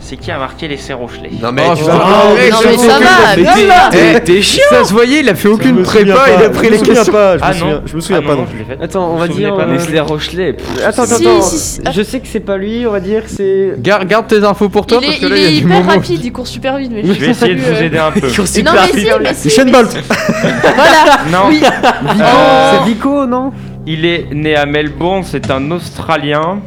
Speaker 3: c'est qui a marqué l'essai Rochelet Ah,
Speaker 4: Non, mais
Speaker 5: Oh,
Speaker 4: tu
Speaker 5: ça
Speaker 4: vas-
Speaker 5: va.
Speaker 7: mais non, mais ça va,
Speaker 5: Mais
Speaker 7: gueule,
Speaker 5: t'es-
Speaker 7: là
Speaker 5: t'es- T'es chiant Ça se voyait, il a fait
Speaker 4: Je
Speaker 5: aucune
Speaker 4: me souviens
Speaker 5: prépa,
Speaker 4: pas,
Speaker 5: il a pris les
Speaker 4: Je me souviens
Speaker 5: questions.
Speaker 4: pas, je
Speaker 3: Ah
Speaker 4: me souviens-
Speaker 3: non,
Speaker 4: je me souviens
Speaker 3: Ah
Speaker 4: pas
Speaker 3: non,
Speaker 4: non
Speaker 3: je
Speaker 4: plus.
Speaker 3: l'ai faite.
Speaker 8: Attends, on
Speaker 3: Vous
Speaker 8: va
Speaker 3: vous souvenez
Speaker 8: dire.
Speaker 3: pas,
Speaker 8: euh,
Speaker 3: mais
Speaker 6: Nestlé Rochelet. pff,
Speaker 8: Attends,
Speaker 7: Si,
Speaker 8: attends, attends.
Speaker 7: si, si.
Speaker 8: Je sais que c'est pas lui, on va dire que c'est.
Speaker 5: Garde, garde tes infos pour toi
Speaker 7: Il
Speaker 5: parce
Speaker 7: est,
Speaker 5: que là il
Speaker 7: il
Speaker 5: y a
Speaker 7: est
Speaker 5: du
Speaker 7: hyper
Speaker 5: moment.
Speaker 7: rapide, il court super vite. Mais
Speaker 3: Je vais essayer de
Speaker 7: euh,
Speaker 3: vous aider un peu.
Speaker 7: Non, mais si, mais Ah, si.
Speaker 4: Usain
Speaker 7: mais
Speaker 4: Bolt.
Speaker 7: si. Voilà.
Speaker 3: Non, Euh,
Speaker 7: Oui. Ah.
Speaker 8: C'est Vico, non
Speaker 3: il est né à Melbourne, c'est un Australien.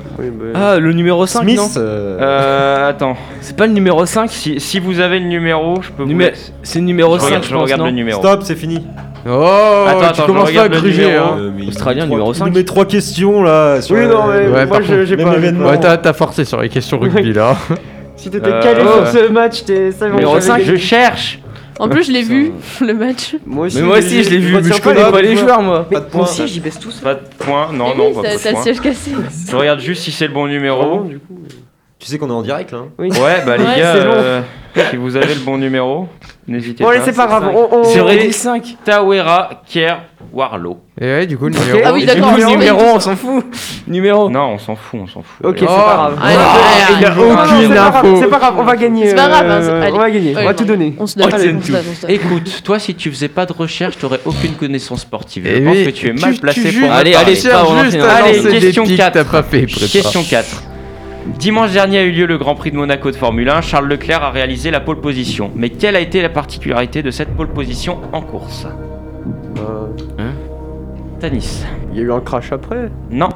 Speaker 6: Ah, le numéro 5
Speaker 4: Smith.
Speaker 6: non
Speaker 4: euh,
Speaker 3: Euh, attends,
Speaker 6: C'est pas le numéro 5
Speaker 3: si, si vous avez le numéro, je peux vous
Speaker 6: Numé-
Speaker 3: laisser.
Speaker 6: C'est le numéro
Speaker 3: Je
Speaker 6: 5,
Speaker 3: regarde,
Speaker 6: je
Speaker 3: je
Speaker 6: pense,
Speaker 3: regarde le
Speaker 6: non
Speaker 3: numéro.
Speaker 4: Stop, c'est fini.
Speaker 5: Oh,
Speaker 3: Attends, attends,
Speaker 5: tu
Speaker 3: je
Speaker 5: commences pas à
Speaker 3: regarde le
Speaker 5: gruger
Speaker 3: numéro.
Speaker 5: hein.
Speaker 4: Euh, mais il
Speaker 6: Australien,
Speaker 4: nous met
Speaker 6: numéro
Speaker 4: trois-
Speaker 6: cinq.
Speaker 4: Il nous met trois questions là. sur-
Speaker 8: Oui, non, mais
Speaker 5: Ouais,
Speaker 8: moi
Speaker 5: par
Speaker 8: je- j'ai
Speaker 4: même
Speaker 8: pas.
Speaker 4: événement.
Speaker 5: Ouais, t'as t'as forcé sur les questions rugby là.
Speaker 8: Si t'étais
Speaker 3: Euh,
Speaker 8: calé
Speaker 3: ouais.
Speaker 8: sur ce match, t'es. ça,
Speaker 6: Numéro
Speaker 8: on savait
Speaker 6: 5, je
Speaker 8: que-
Speaker 6: cherche
Speaker 7: En plus, je l'ai vu, le match.
Speaker 8: Moi aussi,
Speaker 6: Mais moi aussi, je l'ai vu,
Speaker 8: me
Speaker 6: mais je
Speaker 8: souviens
Speaker 6: connais
Speaker 8: des
Speaker 6: pas les
Speaker 8: joueurs.
Speaker 6: joueurs, moi
Speaker 4: Pas de
Speaker 8: Moi
Speaker 4: points.
Speaker 8: aussi, j'y baisse tous.
Speaker 3: Pas de point, non,
Speaker 7: Mais
Speaker 3: non,
Speaker 7: oui,
Speaker 3: pas
Speaker 7: t'as
Speaker 3: de
Speaker 7: t'as le
Speaker 3: point.
Speaker 7: siège cassé.
Speaker 3: Je regarde juste si c'est le bon numéro.
Speaker 8: du coup.
Speaker 4: Tu sais qu'on est en direct là. hein.
Speaker 3: Ouais, bah
Speaker 7: Ouais,
Speaker 3: les gars,
Speaker 8: c'est long.
Speaker 3: euh, si vous avez le bon numéro, n'hésitez
Speaker 8: Bon,
Speaker 3: pas.
Speaker 8: allez, c'est pas grave.
Speaker 6: cinq.
Speaker 8: on- on-
Speaker 6: J'aurais
Speaker 3: Et-
Speaker 6: dit 5
Speaker 3: Tawera Kerr Warlow.
Speaker 5: Et ouais, du coup, le
Speaker 8: Ok.
Speaker 5: numéro.
Speaker 7: oui,
Speaker 6: Et
Speaker 7: d'accord,
Speaker 6: du
Speaker 7: on
Speaker 6: coup,
Speaker 7: s'en
Speaker 6: numéro,
Speaker 7: fout.
Speaker 6: on s'en fout Numéro
Speaker 3: Non, on s'en fout, on s'en fout.
Speaker 8: Ok, c'est
Speaker 3: Allez.
Speaker 8: pas grave.
Speaker 7: Allez,
Speaker 5: Il
Speaker 7: allez,
Speaker 5: y a
Speaker 7: allez, allez.
Speaker 8: C'est
Speaker 5: aucune
Speaker 8: pas grave,
Speaker 5: info.
Speaker 8: C'est pas grave, on va gagner.
Speaker 7: C'est pas grave, hein,
Speaker 8: euh,
Speaker 7: c'est- allez.
Speaker 8: on va gagner, on
Speaker 7: Ouais,
Speaker 8: va
Speaker 7: non,
Speaker 8: tout donner.
Speaker 7: On se donne, allez,
Speaker 6: Retienne
Speaker 7: on se
Speaker 6: tout.
Speaker 7: donne, on se donne.
Speaker 3: Écoute, toi, si tu faisais pas de recherche, t'aurais aucune connaissance sportive.
Speaker 5: Eh
Speaker 3: Je pense
Speaker 5: oui,
Speaker 3: que tu es mal
Speaker 5: tu-
Speaker 3: placé
Speaker 5: tu
Speaker 3: pour.
Speaker 5: juges-
Speaker 3: en
Speaker 6: Allez, allez,
Speaker 3: parler.
Speaker 5: Allez,
Speaker 6: pas, on en
Speaker 5: juste
Speaker 6: fait un.
Speaker 5: à
Speaker 3: Allez,
Speaker 5: lancer des
Speaker 3: question
Speaker 5: pics,
Speaker 3: 4.
Speaker 5: T'as pas fait prépa.
Speaker 3: Question 4. Dimanche dernier a eu lieu le Grand Prix de Monaco de Formule 1. Charles Leclerc a réalisé la pole position. Mais quelle a été la particularité de cette pole position en course Tanis.
Speaker 8: Il y a eu un crash après.
Speaker 3: Non.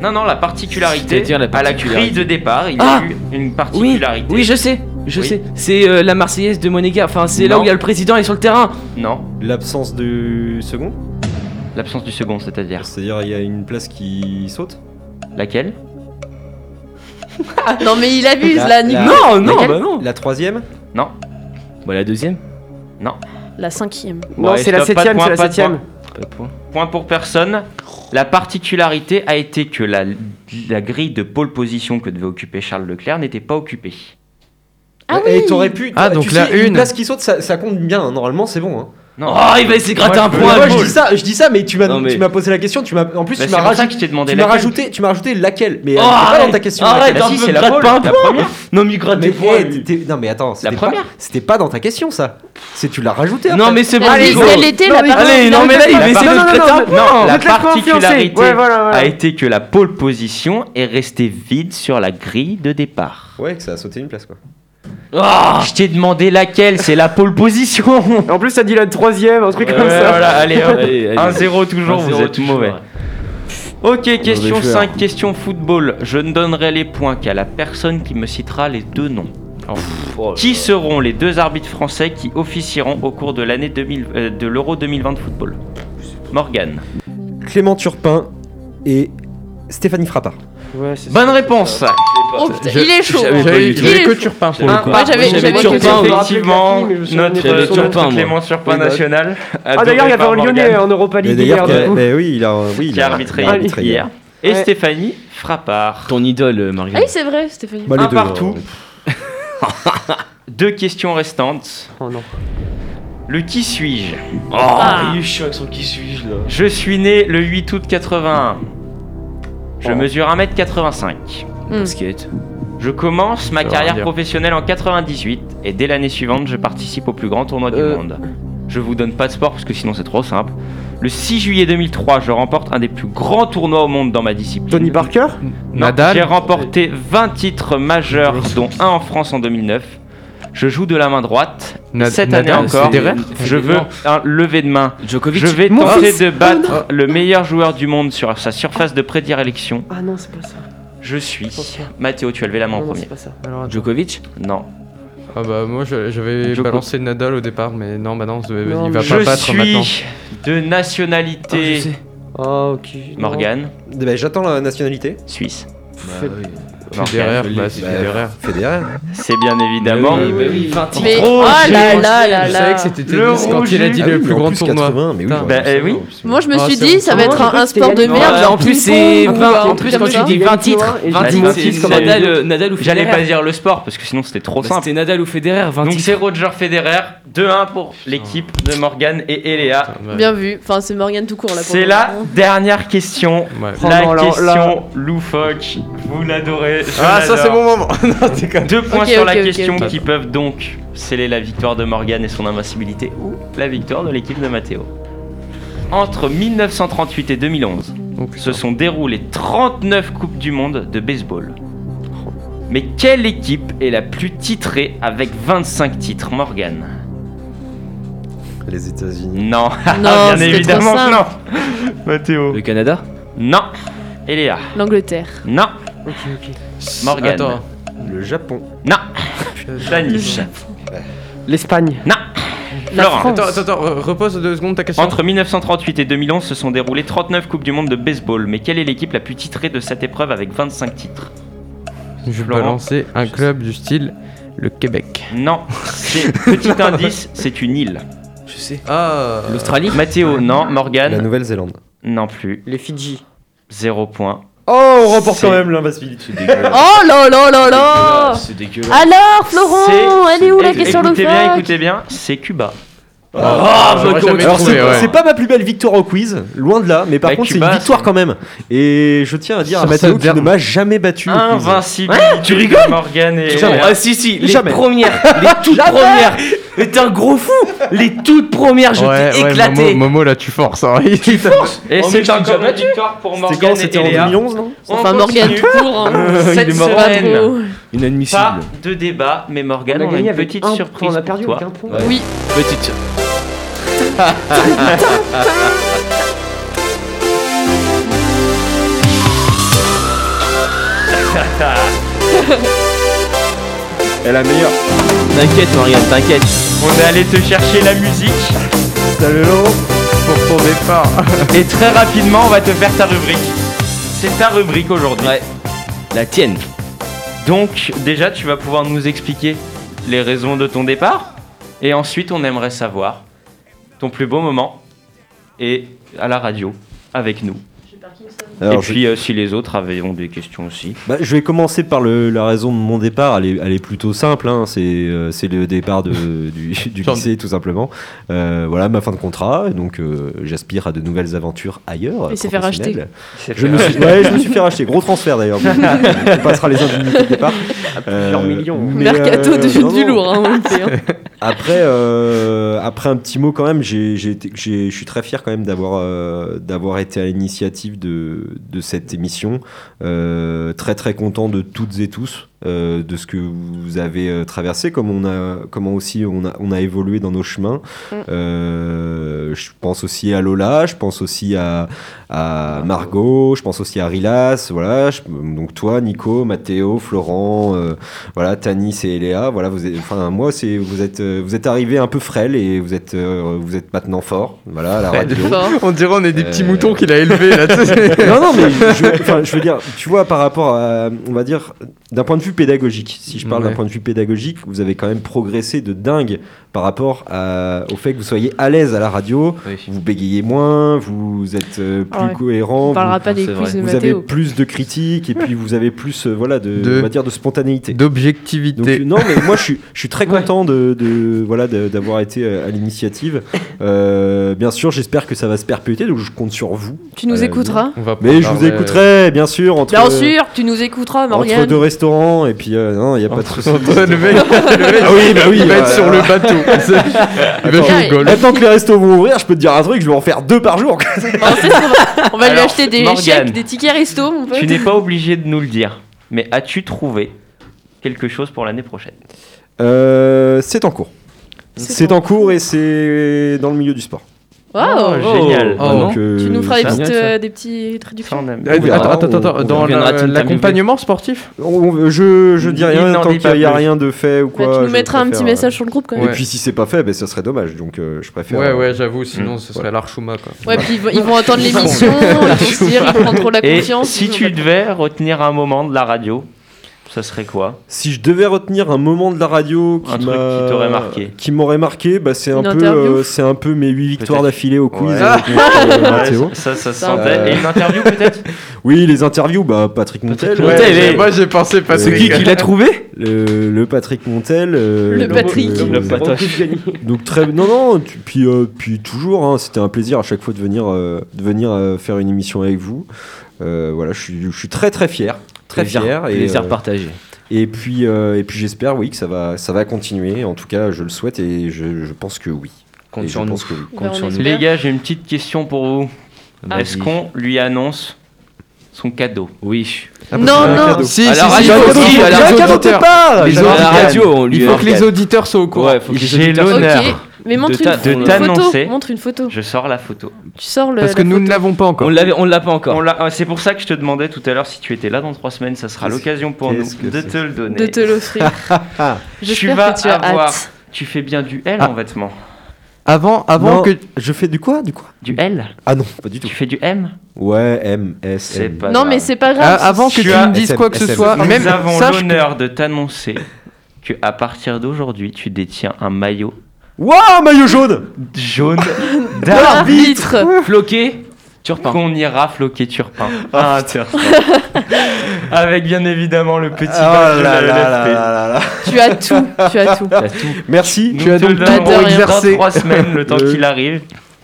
Speaker 3: Non, non, la particularité,
Speaker 6: C'est-à-dire la
Speaker 3: à la grille
Speaker 6: particularité.
Speaker 3: de départ, il
Speaker 6: Ah
Speaker 3: y a eu une
Speaker 6: Oui,
Speaker 3: particularité.
Speaker 6: oui, je sais, je
Speaker 3: Oui.
Speaker 6: sais. C'est euh, la Marseillaise de Monéga, enfin, c'est là
Speaker 3: Non.
Speaker 6: où il y a le président, il est sur le terrain
Speaker 3: Non,
Speaker 4: L'absence du second.
Speaker 3: l'absence du second, c'est-à-dire
Speaker 4: C'est-à-dire il y a une place qui saute.
Speaker 3: laquelle
Speaker 7: Ah, Non, mais il abuse
Speaker 4: La- la-
Speaker 7: là, Nico.
Speaker 6: Non, non,
Speaker 3: Ah. Laquelle
Speaker 6: bah non
Speaker 4: La troisième.
Speaker 6: Bah, la deuxième
Speaker 7: La cinquième.
Speaker 8: Non,
Speaker 3: Ouais,
Speaker 8: c'est la
Speaker 3: stop, pas de
Speaker 8: septième,
Speaker 3: point,
Speaker 8: c'est la
Speaker 3: pas de
Speaker 8: septième.
Speaker 6: Pas de point.
Speaker 3: Point pour personne. La particularité a été que la, la grille de pole position que devait occuper Charles Leclerc n'était pas occupée.
Speaker 7: Ah
Speaker 4: Et
Speaker 7: oui.
Speaker 4: Eh, t'aurais pu.
Speaker 5: Ah,
Speaker 4: tu
Speaker 5: donc
Speaker 4: sais,
Speaker 5: la une.
Speaker 4: Une place qui saute, ça, ça compte bien. hein. Normalement, c'est bon. hein.
Speaker 3: Non.
Speaker 6: Oh, il va essayer de gratter
Speaker 3: Moi,
Speaker 6: un
Speaker 3: je-
Speaker 6: point
Speaker 4: moi,
Speaker 6: à
Speaker 4: je
Speaker 6: Paul.
Speaker 4: dis ça, je dis ça, mais tu m'as,
Speaker 6: Non, mais-
Speaker 4: tu m'as posé la question. Tu m'as, en plus,
Speaker 3: Bah, c'est
Speaker 4: tu
Speaker 3: pour
Speaker 4: m'as
Speaker 3: ça
Speaker 4: rajouté.
Speaker 3: que je t'ai demandé Oh,
Speaker 4: Tu m'as
Speaker 3: laquelle.
Speaker 4: rajouté, tu m'as rajouté laquelle Mais elle
Speaker 6: Oh,
Speaker 4: était pas
Speaker 6: arrête,
Speaker 4: dans ta question.
Speaker 6: arrête,
Speaker 4: laquelle.
Speaker 3: Bah
Speaker 6: un
Speaker 3: si,
Speaker 6: peu,
Speaker 3: c'est la
Speaker 6: gratte
Speaker 3: pole,
Speaker 6: pas un
Speaker 3: la
Speaker 6: point.
Speaker 3: première.
Speaker 6: Non, mais il gratte
Speaker 4: Mais,
Speaker 6: des points,
Speaker 4: eh,
Speaker 6: lui.
Speaker 4: t'étais- non mais attends, c'était pas,
Speaker 3: première.
Speaker 4: c'était pas dans ta question ça. C'est tu l'as rajouté.
Speaker 6: Non,
Speaker 4: après.
Speaker 6: mais c'est bon,
Speaker 7: La
Speaker 6: allez,
Speaker 7: liste,
Speaker 6: go.
Speaker 7: elle était la
Speaker 8: mais-
Speaker 6: Allez, non, mais là, il
Speaker 3: La
Speaker 6: va essayer de
Speaker 3: part-
Speaker 6: gratter un point
Speaker 3: Non, la
Speaker 8: je te laisse pas
Speaker 3: particularité
Speaker 8: influencer. Ouais, voilà, voilà.
Speaker 3: a été que la pole position est restée vide sur la grille de départ.
Speaker 4: Ouais, que ça a sauté une place quoi.
Speaker 3: Ah, je t'ai demandé laquelle, c'est la pole position. *laughs*
Speaker 8: En plus, ça dit la troisième, un truc
Speaker 3: Ouais,
Speaker 8: comme ça.
Speaker 3: voilà, Ah, allez, hop.
Speaker 6: Allez, allez.
Speaker 3: 1-0 toujours,
Speaker 6: 1-0
Speaker 3: vous êtes
Speaker 6: toujours,
Speaker 3: mauvais.
Speaker 6: ouais.
Speaker 3: Ok, question
Speaker 6: joueur.
Speaker 3: 5, question football. Je ne donnerai les points qu'à la personne qui me citera les deux noms.
Speaker 6: Oh.
Speaker 3: Qui seront les deux arbitres français qui officieront au cours de l'année 2000 euh, de l'Euro 2020 de football Morgan.
Speaker 4: Clément Turpin et Stéphanie Frappard.
Speaker 8: Ouais, c'est ça.
Speaker 3: Bonne réponse.
Speaker 7: Oh, putain, il est chaud.
Speaker 6: j'avais pas
Speaker 5: J'avais
Speaker 6: du tout.
Speaker 7: Il
Speaker 5: j'avais
Speaker 7: est
Speaker 5: que
Speaker 7: chaud.
Speaker 5: Turpin pour le
Speaker 3: Un
Speaker 5: coup.
Speaker 7: Moi, j'avais-
Speaker 6: j'avais
Speaker 7: j'avais
Speaker 6: Turpin,
Speaker 7: que-
Speaker 6: oui.
Speaker 3: Effectivement,
Speaker 8: Je me
Speaker 3: notre
Speaker 8: souviens de qui, mais je me souviens
Speaker 6: de
Speaker 3: Turpin,
Speaker 6: qui.
Speaker 3: Clément Turpin
Speaker 8: Oui, bah.
Speaker 3: national.
Speaker 8: Ah, d'ailleurs, il y avait un Lyonnais en Europa
Speaker 4: Mais
Speaker 8: League hier,
Speaker 4: d'ailleurs,
Speaker 8: du
Speaker 4: euh,
Speaker 8: coup.
Speaker 4: mais oui, il a, oui,
Speaker 3: qui a arbitré
Speaker 4: il a arbitré
Speaker 3: hier. Et
Speaker 8: Ah, Ouais.
Speaker 3: Stéphanie Frappard.
Speaker 6: Ton idole, euh,
Speaker 7: Ah oui,
Speaker 6: Marguerite.
Speaker 7: c'est vrai, Stéphanie.
Speaker 4: Bah, les
Speaker 3: Un
Speaker 4: deux,
Speaker 3: partout.
Speaker 4: ouais.
Speaker 3: Deux questions restantes.
Speaker 8: Oh non.
Speaker 3: Le qui suis-je
Speaker 7: Ah.
Speaker 6: Oh, il est chiant avec son qui suis-je, là.
Speaker 3: Je suis né le 8 août 81. Je
Speaker 6: Oh.
Speaker 3: mesure 1m85.
Speaker 6: Basket.
Speaker 3: Je commence ma
Speaker 5: Ça veut rien
Speaker 3: carrière
Speaker 5: dire.
Speaker 3: professionnelle en 98 et dès l'année suivante, je participe au plus grand tournoi du
Speaker 6: Euh.
Speaker 3: monde. Je vous donne pas de sport parce que sinon c'est trop simple. Le 6 juillet 2003, je remporte un des plus grands tournois au monde dans ma discipline.
Speaker 8: Tony Parker
Speaker 3: Non,
Speaker 5: Nadal
Speaker 3: J'ai remporté 20 titres majeurs, dont un en France en 2009. Je joue de la main droite.
Speaker 5: Nad-
Speaker 3: Cette
Speaker 5: Nadal,
Speaker 3: année encore,
Speaker 5: Federer
Speaker 3: je veux un lever de main. Je
Speaker 6: Djokovic.
Speaker 3: vais
Speaker 8: Mon
Speaker 3: tenter
Speaker 8: fils. Oh
Speaker 3: de battre le meilleur joueur du monde sur sa surface de prédilection.
Speaker 8: Ah non, c'est pas ça.
Speaker 3: Je suis. Mathéo, tu as levé la main en
Speaker 8: Non, non, c'est
Speaker 3: premier.
Speaker 8: pas ça. Alors, attends.
Speaker 6: Djokovic.
Speaker 3: Non.
Speaker 5: Ah bah moi je- j'avais
Speaker 3: Djoko.
Speaker 5: balancé Nadal au départ mais non bah non, c'est-
Speaker 8: Non,
Speaker 5: il
Speaker 8: mais-
Speaker 5: va
Speaker 3: Je
Speaker 5: pas battre
Speaker 3: suis
Speaker 5: maintenant.
Speaker 3: de
Speaker 6: Ah, je
Speaker 3: nationalité
Speaker 6: sais.
Speaker 8: Ah, ok. non.
Speaker 4: Eh
Speaker 3: Morgane,
Speaker 4: Ben, J'attends la nationalité.
Speaker 8: Ah
Speaker 3: suisse.
Speaker 8: Fais-
Speaker 5: Federer, bah, c'est Federer.
Speaker 4: Federer. Ah
Speaker 3: C'est bien évidemment.
Speaker 5: Oui, oui, oui.
Speaker 3: Enfin,
Speaker 7: Mais-
Speaker 3: trop
Speaker 7: Ah
Speaker 3: dur.
Speaker 7: là là là
Speaker 5: Je savais
Speaker 7: là.
Speaker 5: que c'était
Speaker 3: Le
Speaker 5: tennis quand il a dit
Speaker 3: rouge.
Speaker 5: le Ah plus grand tournoi.
Speaker 4: 80, mais oui,
Speaker 5: Putain.
Speaker 4: j'aurais
Speaker 3: Bah, eh oui.
Speaker 4: pensé ça,
Speaker 7: Moi, je me
Speaker 5: Ah,
Speaker 7: suis
Speaker 5: c'est
Speaker 7: dit,
Speaker 5: bon.
Speaker 7: ça va
Speaker 8: Moi,
Speaker 7: être
Speaker 8: j'ai
Speaker 7: un,
Speaker 8: cru
Speaker 7: un
Speaker 8: que
Speaker 7: sport
Speaker 8: c'était
Speaker 7: de
Speaker 8: la-
Speaker 7: merde.
Speaker 8: Ouais,
Speaker 7: genre
Speaker 6: en plus,
Speaker 7: ping-pong
Speaker 6: c'est
Speaker 7: ou
Speaker 6: 20,
Speaker 7: un
Speaker 6: en
Speaker 7: truc
Speaker 6: plus,
Speaker 7: comme
Speaker 6: quand tu
Speaker 7: ça.
Speaker 6: dis 20 titres,
Speaker 8: Et
Speaker 6: 20
Speaker 8: j'ai dit
Speaker 6: titres,
Speaker 8: mon
Speaker 3: c'est-
Speaker 8: titre
Speaker 3: c'est-
Speaker 8: comme
Speaker 3: j'allais
Speaker 6: Nadal,
Speaker 8: un
Speaker 6: euh, Nadal ou Federer.
Speaker 3: J'allais pas dire le sport parce que sinon c'était trop
Speaker 6: Bah,
Speaker 3: simple.
Speaker 6: C'était Nadal ou Federer, 20
Speaker 3: Donc
Speaker 6: titres.
Speaker 3: c'est Roger Federer, 2-1 pour l'équipe de Morgan et Eléa.
Speaker 5: Putain, ouais.
Speaker 7: Bien vu. Enfin, c'est Morgane tout court là. pour
Speaker 3: C'est
Speaker 7: le
Speaker 3: la
Speaker 7: *laughs* moment.
Speaker 3: dernière question.
Speaker 5: Ouais.
Speaker 3: La
Speaker 8: Oh, non, là,
Speaker 3: question
Speaker 8: là.
Speaker 3: loufoque. Vous l'adorez. je
Speaker 5: Ah, ça
Speaker 3: l'adore.
Speaker 5: c'est mon moment. *laughs* Non, t'es con.
Speaker 3: Deux points
Speaker 7: Ok,
Speaker 3: sur
Speaker 7: ok,
Speaker 3: la
Speaker 7: ok,
Speaker 3: question
Speaker 7: ok.
Speaker 3: qui peuvent donc sceller la victoire de Morgan et son invincibilité ou la victoire de l'équipe de Matteo. Entre 1938 et 2011,
Speaker 5: Oh, putain.
Speaker 3: se sont déroulées 39 Coupes du Monde de baseball. Mais quelle équipe est la plus titrée avec 25 titres, Morgan
Speaker 4: Les États-Unis.
Speaker 3: Non,
Speaker 7: Ah,
Speaker 3: *laughs* Ah,
Speaker 7: Non,
Speaker 3: bien
Speaker 7: c'était
Speaker 3: évidemment
Speaker 7: trop
Speaker 3: que non Mathéo
Speaker 6: Le Canada
Speaker 3: Non Eléa
Speaker 7: L'Angleterre.
Speaker 3: Non Morgane.
Speaker 5: Attends.
Speaker 4: Le Japon.
Speaker 3: Non Danish
Speaker 8: L'Espagne.
Speaker 3: Non
Speaker 7: La
Speaker 3: Florent.
Speaker 7: France.
Speaker 5: Attends, attends, attends, re- repose deux secondes ta question.
Speaker 3: Entre 1938 et 2011 se sont déroulées 39 Coupes du Monde de baseball, mais quelle est l'équipe la plus titrée de cette épreuve avec 25 titres
Speaker 5: Je vais
Speaker 3: Florent.
Speaker 5: lancer un club du style le Québec.
Speaker 3: Non, c'est petit indice, c'est une île.
Speaker 6: Je sais.
Speaker 5: Ah.
Speaker 3: L'Australie Mathéo, non.
Speaker 4: La
Speaker 3: Morgan
Speaker 4: Nouvelle-Zélande.
Speaker 3: Non plus.
Speaker 8: Les Fidji.
Speaker 3: Zéro point.
Speaker 4: Oh, on
Speaker 3: remporte quand même
Speaker 4: l'invincibilité.
Speaker 7: Oh là là là là
Speaker 4: C'est dégueulasse.
Speaker 7: Alors, Florent,
Speaker 3: C'est-
Speaker 7: elle est où la
Speaker 3: Éc-
Speaker 7: question de
Speaker 3: Écoutez bien, écoutez bien, c'est Cuba.
Speaker 5: Ah, j'aurais jamais
Speaker 4: Alors,
Speaker 5: trouvé,
Speaker 4: c'est
Speaker 5: ouais.
Speaker 4: c'est pas ma plus belle victoire au quiz, loin de là, mais par
Speaker 3: Bah,
Speaker 4: contre c'est
Speaker 3: Cuba,
Speaker 4: une victoire quand même. Et je tiens à dire à
Speaker 5: Sur cette
Speaker 4: Mathéo qui ne
Speaker 5: dernière-
Speaker 4: m'a jamais battu. au quiz.
Speaker 3: Invincible. tu rigoles Morgan et.
Speaker 4: Jamais.
Speaker 6: Ah si si, les
Speaker 4: Jamais. Ah, bah.
Speaker 6: premières, les toutes premières. Mais t'es un gros fou. Les toutes
Speaker 3: Oh,
Speaker 6: premières, je t'ai éclaté.
Speaker 5: Momo, Momo, là tu forces. hein.
Speaker 3: Et
Speaker 6: Oh, mais
Speaker 3: c'est
Speaker 6: t'as
Speaker 3: encore
Speaker 6: jamais
Speaker 3: une victoire pour
Speaker 4: C'était
Speaker 3: Morgan
Speaker 4: quand C'était en
Speaker 3: et Léa.
Speaker 4: 2011, non
Speaker 3: On
Speaker 7: Enfin, Morgane
Speaker 3: continue.
Speaker 7: tout court. *laughs* hein.
Speaker 3: Cette
Speaker 7: C'est pas
Speaker 3: semaine,
Speaker 7: trop.
Speaker 6: Inadmissible.
Speaker 3: *laughs* pas de débat, mais Morgan, on a, une petite
Speaker 8: un
Speaker 3: surprise
Speaker 8: point, On a
Speaker 3: pour
Speaker 8: perdu
Speaker 3: toi.
Speaker 8: avec un point.
Speaker 7: Oui,
Speaker 6: Petite.
Speaker 4: Elle a meilleure.
Speaker 6: T'inquiète, Morgane, t'inquiète.
Speaker 3: On est allé te chercher la musique.
Speaker 5: Pour ton départ.
Speaker 3: Et très rapidement, on va te faire ta rubrique. C'est ta rubrique aujourd'hui.
Speaker 6: Ouais. La tienne.
Speaker 3: Donc, déjà, tu vas pouvoir nous expliquer les raisons de ton départ. Et ensuite, on aimerait savoir ton plus beau moment et à la radio avec nous.
Speaker 4: Alors,
Speaker 3: et
Speaker 4: je-
Speaker 3: puis, euh, si les autres avaient ont des questions aussi.
Speaker 4: Bah, je vais commencer par le- la raison de mon départ. Elle est, elle est plutôt simple. hein. C'est euh, c'est le départ de- *laughs* du, du lycée, tout simplement. Euh, voilà ma fin de contrat. Donc, euh, j'aspire à de nouvelles aventures ailleurs.
Speaker 7: Il s'est fait
Speaker 4: professionnelles. Je me, suis, ouais, je me suis fait racheter. Gros transfert d'ailleurs. On passera les indemnités de départ. Euh,
Speaker 8: plusieurs millions.
Speaker 4: mais,
Speaker 7: Mercato
Speaker 4: euh,
Speaker 7: de-
Speaker 4: non,
Speaker 7: du
Speaker 4: non.
Speaker 7: lourd. hein, *laughs* on le fait, hein.
Speaker 4: Après, euh, après un petit mot quand même, j'ai- j'ai été- j'ai- je suis très fier quand même d'avoir euh, d'avoir été à l'initiative de, de cette émission. Euh, très très content de toutes et tous euh, de ce que vous avez euh, traversé, comme on a, comment aussi on a, on a évolué dans nos chemins.
Speaker 7: Mm.
Speaker 4: Euh, je pense aussi à Lola, je pense aussi à, à Margot, je pense aussi à Rilas, voilà. je- donc toi, Nico, Mathéo, Florent. euh, voilà Tanis et Léa voilà vous êtes, enfin moi c'est vous êtes euh, vous êtes arrivés un peu frêles et vous êtes euh, vous êtes maintenant forts voilà à la radio
Speaker 5: *laughs*
Speaker 7: Fort.
Speaker 5: On dirait on est des petits
Speaker 4: Euh.
Speaker 5: moutons qu'il a élevés là. tu sais.
Speaker 4: *laughs* non non mais je, enfin, je veux dire tu vois par rapport à on va dire d'un point de vue pédagogique si je parle
Speaker 5: Ouais.
Speaker 4: d'un point de vue pédagogique vous avez quand même progressé de dingue par rapport à- au fait que vous soyez à l'aise à la radio vous bégayez moins vous êtes euh, plus
Speaker 7: Ah ouais.
Speaker 4: cohérent
Speaker 7: On parlera
Speaker 4: vous,
Speaker 7: pas des
Speaker 3: c'est
Speaker 7: quiz
Speaker 3: vrai.
Speaker 7: de
Speaker 4: vous avez
Speaker 7: Mathéo.
Speaker 4: plus de critiques et puis vous avez plus euh, voilà de,
Speaker 5: De-
Speaker 4: on va dire de spontanéité Donc,
Speaker 5: D'objectivité.
Speaker 4: non, mais moi je suis, je suis très content de, de- voilà de- d'avoir été euh, à l'initiative. Euh, bien sûr, j'espère que ça va se perpétuer, donc je compte sur vous.
Speaker 7: Tu nous
Speaker 4: Euh,
Speaker 7: écouteras
Speaker 5: On va
Speaker 4: Mais je vous
Speaker 5: préparer, euh,
Speaker 4: écouterai, bien sûr, entre,
Speaker 7: Bien sûr, tu nous écouteras,
Speaker 4: entre
Speaker 7: Morgane.
Speaker 4: deux restaurants et puis euh, non, il y a pas de souci.
Speaker 5: le mec, le mec,
Speaker 4: oui, bah oui,
Speaker 5: il va être
Speaker 4: euh,
Speaker 5: sur le bateau.
Speaker 4: *laughs*
Speaker 5: il va jouer au golf.
Speaker 4: Maintenant que les restos vont ouvrir, je peux te dire un truc, je vais en faire deux par jour. *laughs*
Speaker 7: On sait ce qu'on va- On va lui
Speaker 3: Alors,
Speaker 7: acheter des
Speaker 3: Morgane.
Speaker 7: chèques, des tickets resto, mon pote.
Speaker 3: Tu n'es pas obligé de nous le dire, mais as-tu trouvé quelque chose pour l'année prochaine
Speaker 4: Euh, c'est en cours.
Speaker 7: C'est
Speaker 4: C'est en cours et c'est dans le milieu du sport.
Speaker 7: Waouh.
Speaker 3: Oh, génial.
Speaker 5: Oh,
Speaker 4: Donc, euh,
Speaker 7: Tu nous feras des,
Speaker 4: ça-
Speaker 7: petites,
Speaker 5: génial, ça.
Speaker 7: euh, des petites
Speaker 3: Ça,
Speaker 7: traductions.
Speaker 3: on aime.
Speaker 5: Euh,
Speaker 4: verra,
Speaker 5: attends, attends,
Speaker 4: on-
Speaker 5: attends,
Speaker 4: on
Speaker 5: dans
Speaker 6: reviendra
Speaker 5: la-
Speaker 6: à Team
Speaker 5: l'accompagnement sportif
Speaker 4: On- je, je dis
Speaker 3: Il
Speaker 4: rien
Speaker 3: n'en
Speaker 4: tant
Speaker 3: dit
Speaker 4: qu'il n'y a
Speaker 3: pas plus.
Speaker 4: rien de fait ou
Speaker 7: Bah,
Speaker 4: quoi.
Speaker 7: tu nous
Speaker 4: je
Speaker 7: mettras un petit
Speaker 4: préfère, euh,
Speaker 7: message sur le groupe quand même.
Speaker 4: Et
Speaker 5: Ouais.
Speaker 4: puis si c'est pas fait, ben, ça serait dommage. Donc euh, je préfère.
Speaker 5: Ouais,
Speaker 4: euh,
Speaker 5: ouais, j'avoue, sinon
Speaker 3: Mm.
Speaker 5: ce serait l'archouma quoi.
Speaker 7: Ouais, puis ils vont, ils vont entendre l'émission, ils vont se dire, ils vont prendre trop la
Speaker 3: Et
Speaker 7: confiance.
Speaker 3: si
Speaker 7: ils vont
Speaker 3: tu
Speaker 7: pas-
Speaker 3: devais retenir un moment de la radio, ça serait
Speaker 4: *laughs*
Speaker 3: quoi
Speaker 4: Si je devais retenir un moment de la radio qui
Speaker 3: Un truc
Speaker 4: m'a-
Speaker 3: qui t'aurait marqué.
Speaker 4: qui m'aurait marqué, bah, c'est un
Speaker 7: Une
Speaker 4: peu,
Speaker 7: interview
Speaker 4: euh, c'est un peu mes 8 victoires
Speaker 3: Peut-être.
Speaker 4: d'affilée au quiz.
Speaker 3: Ouais.
Speaker 4: avec Mathieu
Speaker 3: Ouais,
Speaker 4: Euh, Mathéo.
Speaker 3: ça, ça se
Speaker 7: Ça, euh, on
Speaker 3: sentait.
Speaker 4: peut-
Speaker 3: Et une interview peut-être
Speaker 4: Oui, les interviews, bah, Patrick Montel.
Speaker 3: Ouais, Montel, mais-
Speaker 5: moi j'ai pensé pas
Speaker 4: C'est qui qui
Speaker 5: l'a trouvé
Speaker 4: Le, le Patrick Montel. euh,
Speaker 7: Le
Speaker 4: donc,
Speaker 7: Patrick.
Speaker 4: euh,
Speaker 3: Le Pat-
Speaker 4: donc très non non tu- puis euh, puis toujours hein, c'était un plaisir à chaque fois de venir euh, de venir euh, faire une émission avec vous Euh, voilà je suis je suis très très fier très
Speaker 6: Plaisir-
Speaker 4: fier et
Speaker 6: Plaisir
Speaker 4: euh,
Speaker 6: partagé.
Speaker 4: et puis euh, et puis j'espère oui que ça va ça va continuer en tout cas je le souhaite et je, je pense que oui
Speaker 6: Compte
Speaker 4: Et
Speaker 6: sur
Speaker 4: je
Speaker 6: nous.
Speaker 4: pense que oui
Speaker 7: Ben, on
Speaker 6: sur
Speaker 7: espère.
Speaker 3: Les gars, j'ai une petite question pour vous.
Speaker 7: Ah.
Speaker 6: Vas-y.
Speaker 3: Est-ce qu'on lui annonce son cadeau
Speaker 6: Oui.
Speaker 7: Non, non,
Speaker 5: Si, si,
Speaker 6: Alors,
Speaker 5: si,
Speaker 6: il
Speaker 5: si,
Speaker 6: faut
Speaker 5: si,
Speaker 6: aussi,
Speaker 5: si,
Speaker 6: à la
Speaker 5: les
Speaker 6: radio,
Speaker 5: auditeurs.
Speaker 6: Les
Speaker 5: Les
Speaker 6: gens à la
Speaker 5: auditeurs.
Speaker 6: radio, on lui
Speaker 5: Il faut que les
Speaker 6: autres
Speaker 5: auditeurs soient au courant.
Speaker 6: Ouais, faut que les
Speaker 3: J'ai
Speaker 6: auditeurs-
Speaker 3: l'honneur
Speaker 7: Ok, mais montre
Speaker 3: de
Speaker 7: une,
Speaker 3: t'a- de
Speaker 7: une
Speaker 3: t'annoncer.
Speaker 7: photo. Montre une photo.
Speaker 3: Je sors la photo.
Speaker 7: Tu sors le.
Speaker 5: Parce que
Speaker 7: la
Speaker 5: nous ne
Speaker 7: photo.
Speaker 5: l'avons pas
Speaker 6: On
Speaker 5: encore.
Speaker 6: l'avait- on l'a pas encore.
Speaker 3: On l'a- ah, C'est pour ça que je te demandais tout à l'heure si tu étais là dans trois semaines, ça sera
Speaker 4: Qu'est-ce-
Speaker 3: l'occasion pour nous
Speaker 4: qu'est-ce que
Speaker 3: de
Speaker 4: c'est
Speaker 3: te le donner.
Speaker 7: de te l'offrir.
Speaker 3: Tu
Speaker 7: J'espère
Speaker 3: vas
Speaker 7: que tu as
Speaker 3: avoir-
Speaker 7: hâte.
Speaker 3: Tu fais bien du L
Speaker 5: Ah.
Speaker 3: en vêtements.
Speaker 5: Avant, avant
Speaker 4: Non,
Speaker 5: que.
Speaker 4: je fais du quoi du quoi
Speaker 3: Du L
Speaker 4: ah non pas du tout
Speaker 3: Tu fais du M
Speaker 4: ouais M S
Speaker 3: C'est
Speaker 4: M.
Speaker 3: pas
Speaker 7: non,
Speaker 3: grave.
Speaker 7: mais c'est pas
Speaker 5: Ah,
Speaker 7: grave.
Speaker 5: avant que
Speaker 3: Tu
Speaker 5: tu
Speaker 3: as-
Speaker 5: me dises quoi que ce
Speaker 4: SM.
Speaker 5: soit,
Speaker 3: Nous
Speaker 5: même
Speaker 3: avons
Speaker 5: sache que-
Speaker 3: l'honneur de t'annoncer que à partir d'aujourd'hui, tu détiens un maillot
Speaker 4: waouh maillot jaune
Speaker 7: *laughs*
Speaker 3: jaune ah,
Speaker 7: Arbitre.
Speaker 6: Floqué, Turpin.
Speaker 3: qu'on ira floquer Turpin. Ah, Turpin. Avec bien évidemment le petit
Speaker 4: Oh
Speaker 3: badge
Speaker 4: là
Speaker 3: de
Speaker 4: là
Speaker 3: la
Speaker 4: là
Speaker 3: LFP.
Speaker 4: là là.
Speaker 7: tu as tout. Tu as tout. Bah,
Speaker 6: T'as tout.
Speaker 4: merci
Speaker 3: Nous
Speaker 5: Tu as
Speaker 3: te
Speaker 5: donc
Speaker 3: le
Speaker 5: tout
Speaker 7: pour
Speaker 3: donnerons
Speaker 5: exercer.
Speaker 3: dans trois semaines, le temps
Speaker 4: Euh,
Speaker 3: qu'il arrive.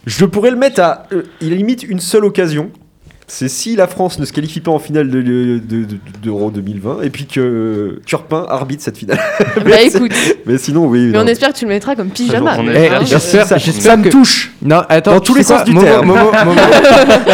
Speaker 4: Je pourrais le mettre à euh, il limite une seule occasion. C'est si la France ne se qualifie pas en finale de, de, de- de- d'Euro 2020 et puis que euh, Turpin arbitre cette finale. *laughs*
Speaker 7: bah écoute,
Speaker 4: Mais sinon, oui.
Speaker 7: mais on
Speaker 4: non.
Speaker 7: espère que tu le mettras comme pyjama.
Speaker 3: On
Speaker 7: hein.
Speaker 5: Eh,
Speaker 3: espère que-
Speaker 5: J'espère
Speaker 4: ah, Ça-
Speaker 5: j'espère que.
Speaker 4: touche.
Speaker 5: Non, attends,
Speaker 4: Dans
Speaker 5: tu sais
Speaker 4: tous les
Speaker 5: quoi,
Speaker 4: sens du
Speaker 5: Momo,
Speaker 4: terme.
Speaker 5: Momo, Momo.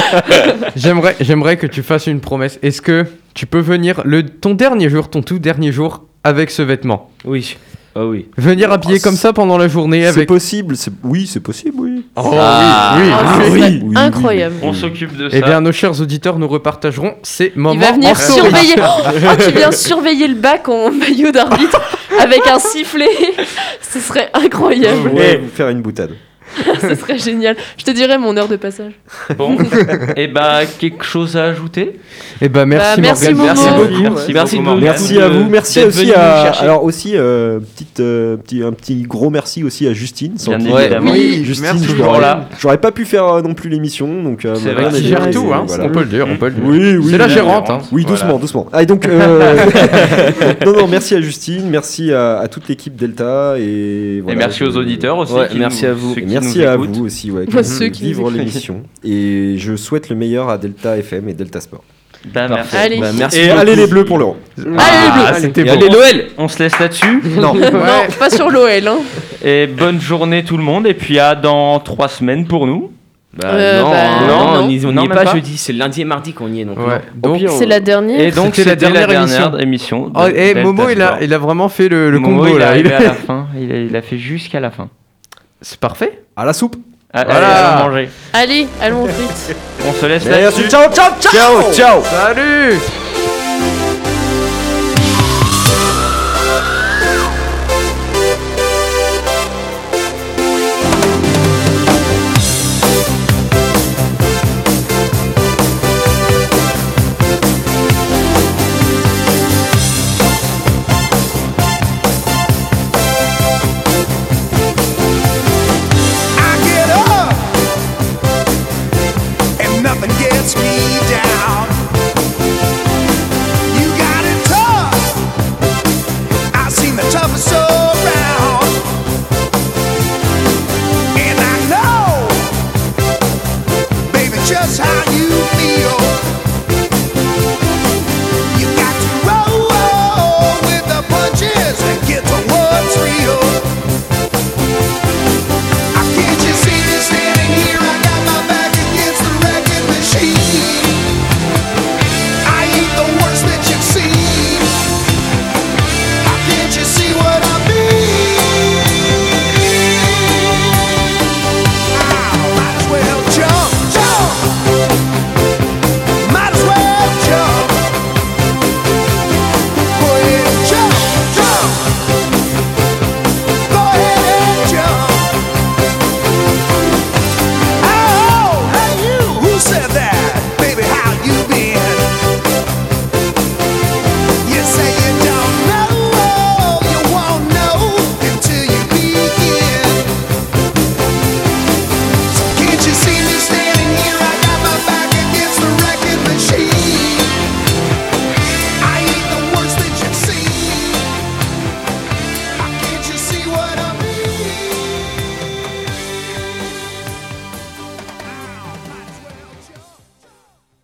Speaker 4: *laughs*
Speaker 5: j'aimerais, j'aimerais que tu fasses une promesse. Est-ce que tu peux venir le ton dernier jour, ton tout dernier jour, avec ce vêtement
Speaker 6: Oui. Ah oui.
Speaker 5: Venir habillé
Speaker 4: Oh,
Speaker 5: comme ça pendant la journée
Speaker 4: C'est
Speaker 5: avec.
Speaker 4: possible. c'est- Oui, c'est possible. Oui.
Speaker 5: Oh,
Speaker 6: Ah.
Speaker 5: oui, oui.
Speaker 7: Ah,
Speaker 4: Ah
Speaker 7: c'est
Speaker 4: oui,
Speaker 7: ça.
Speaker 4: oui, oui.
Speaker 7: Incroyable.
Speaker 3: On s'occupe de ça.
Speaker 5: Eh bien, nos chers auditeurs, nous repartagerons ces moments.
Speaker 7: Il va venir
Speaker 5: en story.
Speaker 7: *laughs* surveiller. Oh, tu
Speaker 5: *laughs*
Speaker 7: viens surveiller le bac en *laughs* maillot d'arbitre avec un sifflet. *laughs* Ce serait
Speaker 4: Je
Speaker 7: incroyable.
Speaker 4: voulais vous faire une boutade.
Speaker 7: Ce serait génial. Je te dirai mon heure de passage.
Speaker 3: *laughs* Bon, et bah, quelque chose à ajouter
Speaker 5: Eh ben, merci,
Speaker 7: Bah, merci,
Speaker 5: Morgane.
Speaker 7: Momo.
Speaker 5: Merci beaucoup.
Speaker 3: Merci,
Speaker 6: Merci
Speaker 3: beaucoup,
Speaker 6: de-
Speaker 3: Morgane,
Speaker 4: Merci
Speaker 3: de-
Speaker 4: à vous. Merci
Speaker 3: d'être
Speaker 4: aussi
Speaker 3: venu nous
Speaker 4: à.
Speaker 3: chercher.
Speaker 4: Alors aussi, euh, petite, euh, petit, un petit gros merci aussi à Justine. sans
Speaker 3: Bien
Speaker 4: qui-
Speaker 3: évidemment.
Speaker 4: Oui, Justine,
Speaker 5: merci.
Speaker 4: je
Speaker 3: Toujours
Speaker 4: l'aurais-
Speaker 3: là.
Speaker 4: J'aurais pas pu faire euh, non plus l'émission, donc. euh,
Speaker 3: C'est
Speaker 4: ma
Speaker 3: vrai
Speaker 4: mère
Speaker 3: qu'il
Speaker 4: est-
Speaker 5: Qui gère tout, hein.
Speaker 4: voilà.
Speaker 5: On peut le dire, on peut le dire.
Speaker 4: Oui, oui.
Speaker 5: C'est la
Speaker 4: oui.
Speaker 5: gérante, hein.
Speaker 4: Oui,
Speaker 3: Voilà.
Speaker 4: doucement, doucement. Ah, et
Speaker 3: *laughs*
Speaker 4: donc, euh, non, non, merci à Justine, merci à, à toute l'équipe Delta et,
Speaker 3: Et
Speaker 4: voilà,
Speaker 3: merci
Speaker 4: je-
Speaker 3: aux auditeurs aussi.
Speaker 6: Ouais,
Speaker 3: qui
Speaker 6: merci
Speaker 3: nous-
Speaker 6: à vous.
Speaker 3: ceux
Speaker 4: Et
Speaker 3: qui
Speaker 4: merci
Speaker 3: nous
Speaker 4: à
Speaker 3: écoutent.
Speaker 4: vous aussi,
Speaker 7: *laughs*
Speaker 4: ouais,
Speaker 7: Moi,
Speaker 4: qui
Speaker 7: ceux qui nous
Speaker 4: vivre
Speaker 7: écoutent.
Speaker 4: l'émission. Et je souhaite le meilleur à Delta FM et Delta Sport.
Speaker 3: Bah, merci.
Speaker 7: Allez.
Speaker 6: Bah, merci.
Speaker 4: Et
Speaker 6: beaucoup.
Speaker 4: allez les Bleus pour l'Euro.
Speaker 3: Ah,
Speaker 7: Allez,
Speaker 6: Et
Speaker 3: c'était
Speaker 6: allez
Speaker 3: bon.
Speaker 6: l'OL.
Speaker 3: On se laisse là-dessus.
Speaker 4: *laughs* Non.
Speaker 7: Non, pas sur l'OL. Hein.
Speaker 3: Et bonne journée tout le monde. Et puis à dans trois semaines pour nous.
Speaker 6: Bah,
Speaker 7: Euh,
Speaker 6: non,
Speaker 7: bah,
Speaker 6: non,
Speaker 3: non.
Speaker 6: on n'y on
Speaker 3: Non,
Speaker 6: n'y est
Speaker 3: même
Speaker 6: pas,
Speaker 3: pas.
Speaker 6: jeudi, c'est lundi et mardi qu'on y est. Donc,
Speaker 5: Ouais.
Speaker 6: non.
Speaker 5: Donc,
Speaker 7: C'est la dernière.
Speaker 3: Et donc
Speaker 5: C'était la
Speaker 3: c'était la
Speaker 5: dernière
Speaker 3: dernière émission.
Speaker 5: Oh,
Speaker 3: de
Speaker 5: eh,
Speaker 3: Delta
Speaker 5: Momo, il a,
Speaker 3: Sport.
Speaker 5: il a vraiment fait le, le
Speaker 3: Momo,
Speaker 5: combo
Speaker 3: il est
Speaker 5: là. Il- *laughs*
Speaker 3: arrivé à la fin. Il a, il a fait jusqu'à la fin.
Speaker 5: C'est parfait.
Speaker 4: À la soupe.
Speaker 3: Ah,
Speaker 5: Voilà.
Speaker 3: allez, allons manger.
Speaker 7: Allez, allons vite.
Speaker 3: On se laisse
Speaker 4: Merci.
Speaker 3: là-dessus.
Speaker 4: Ciao, ciao, ciao. Ciao, ciao.
Speaker 5: Salut
Speaker 8: oh,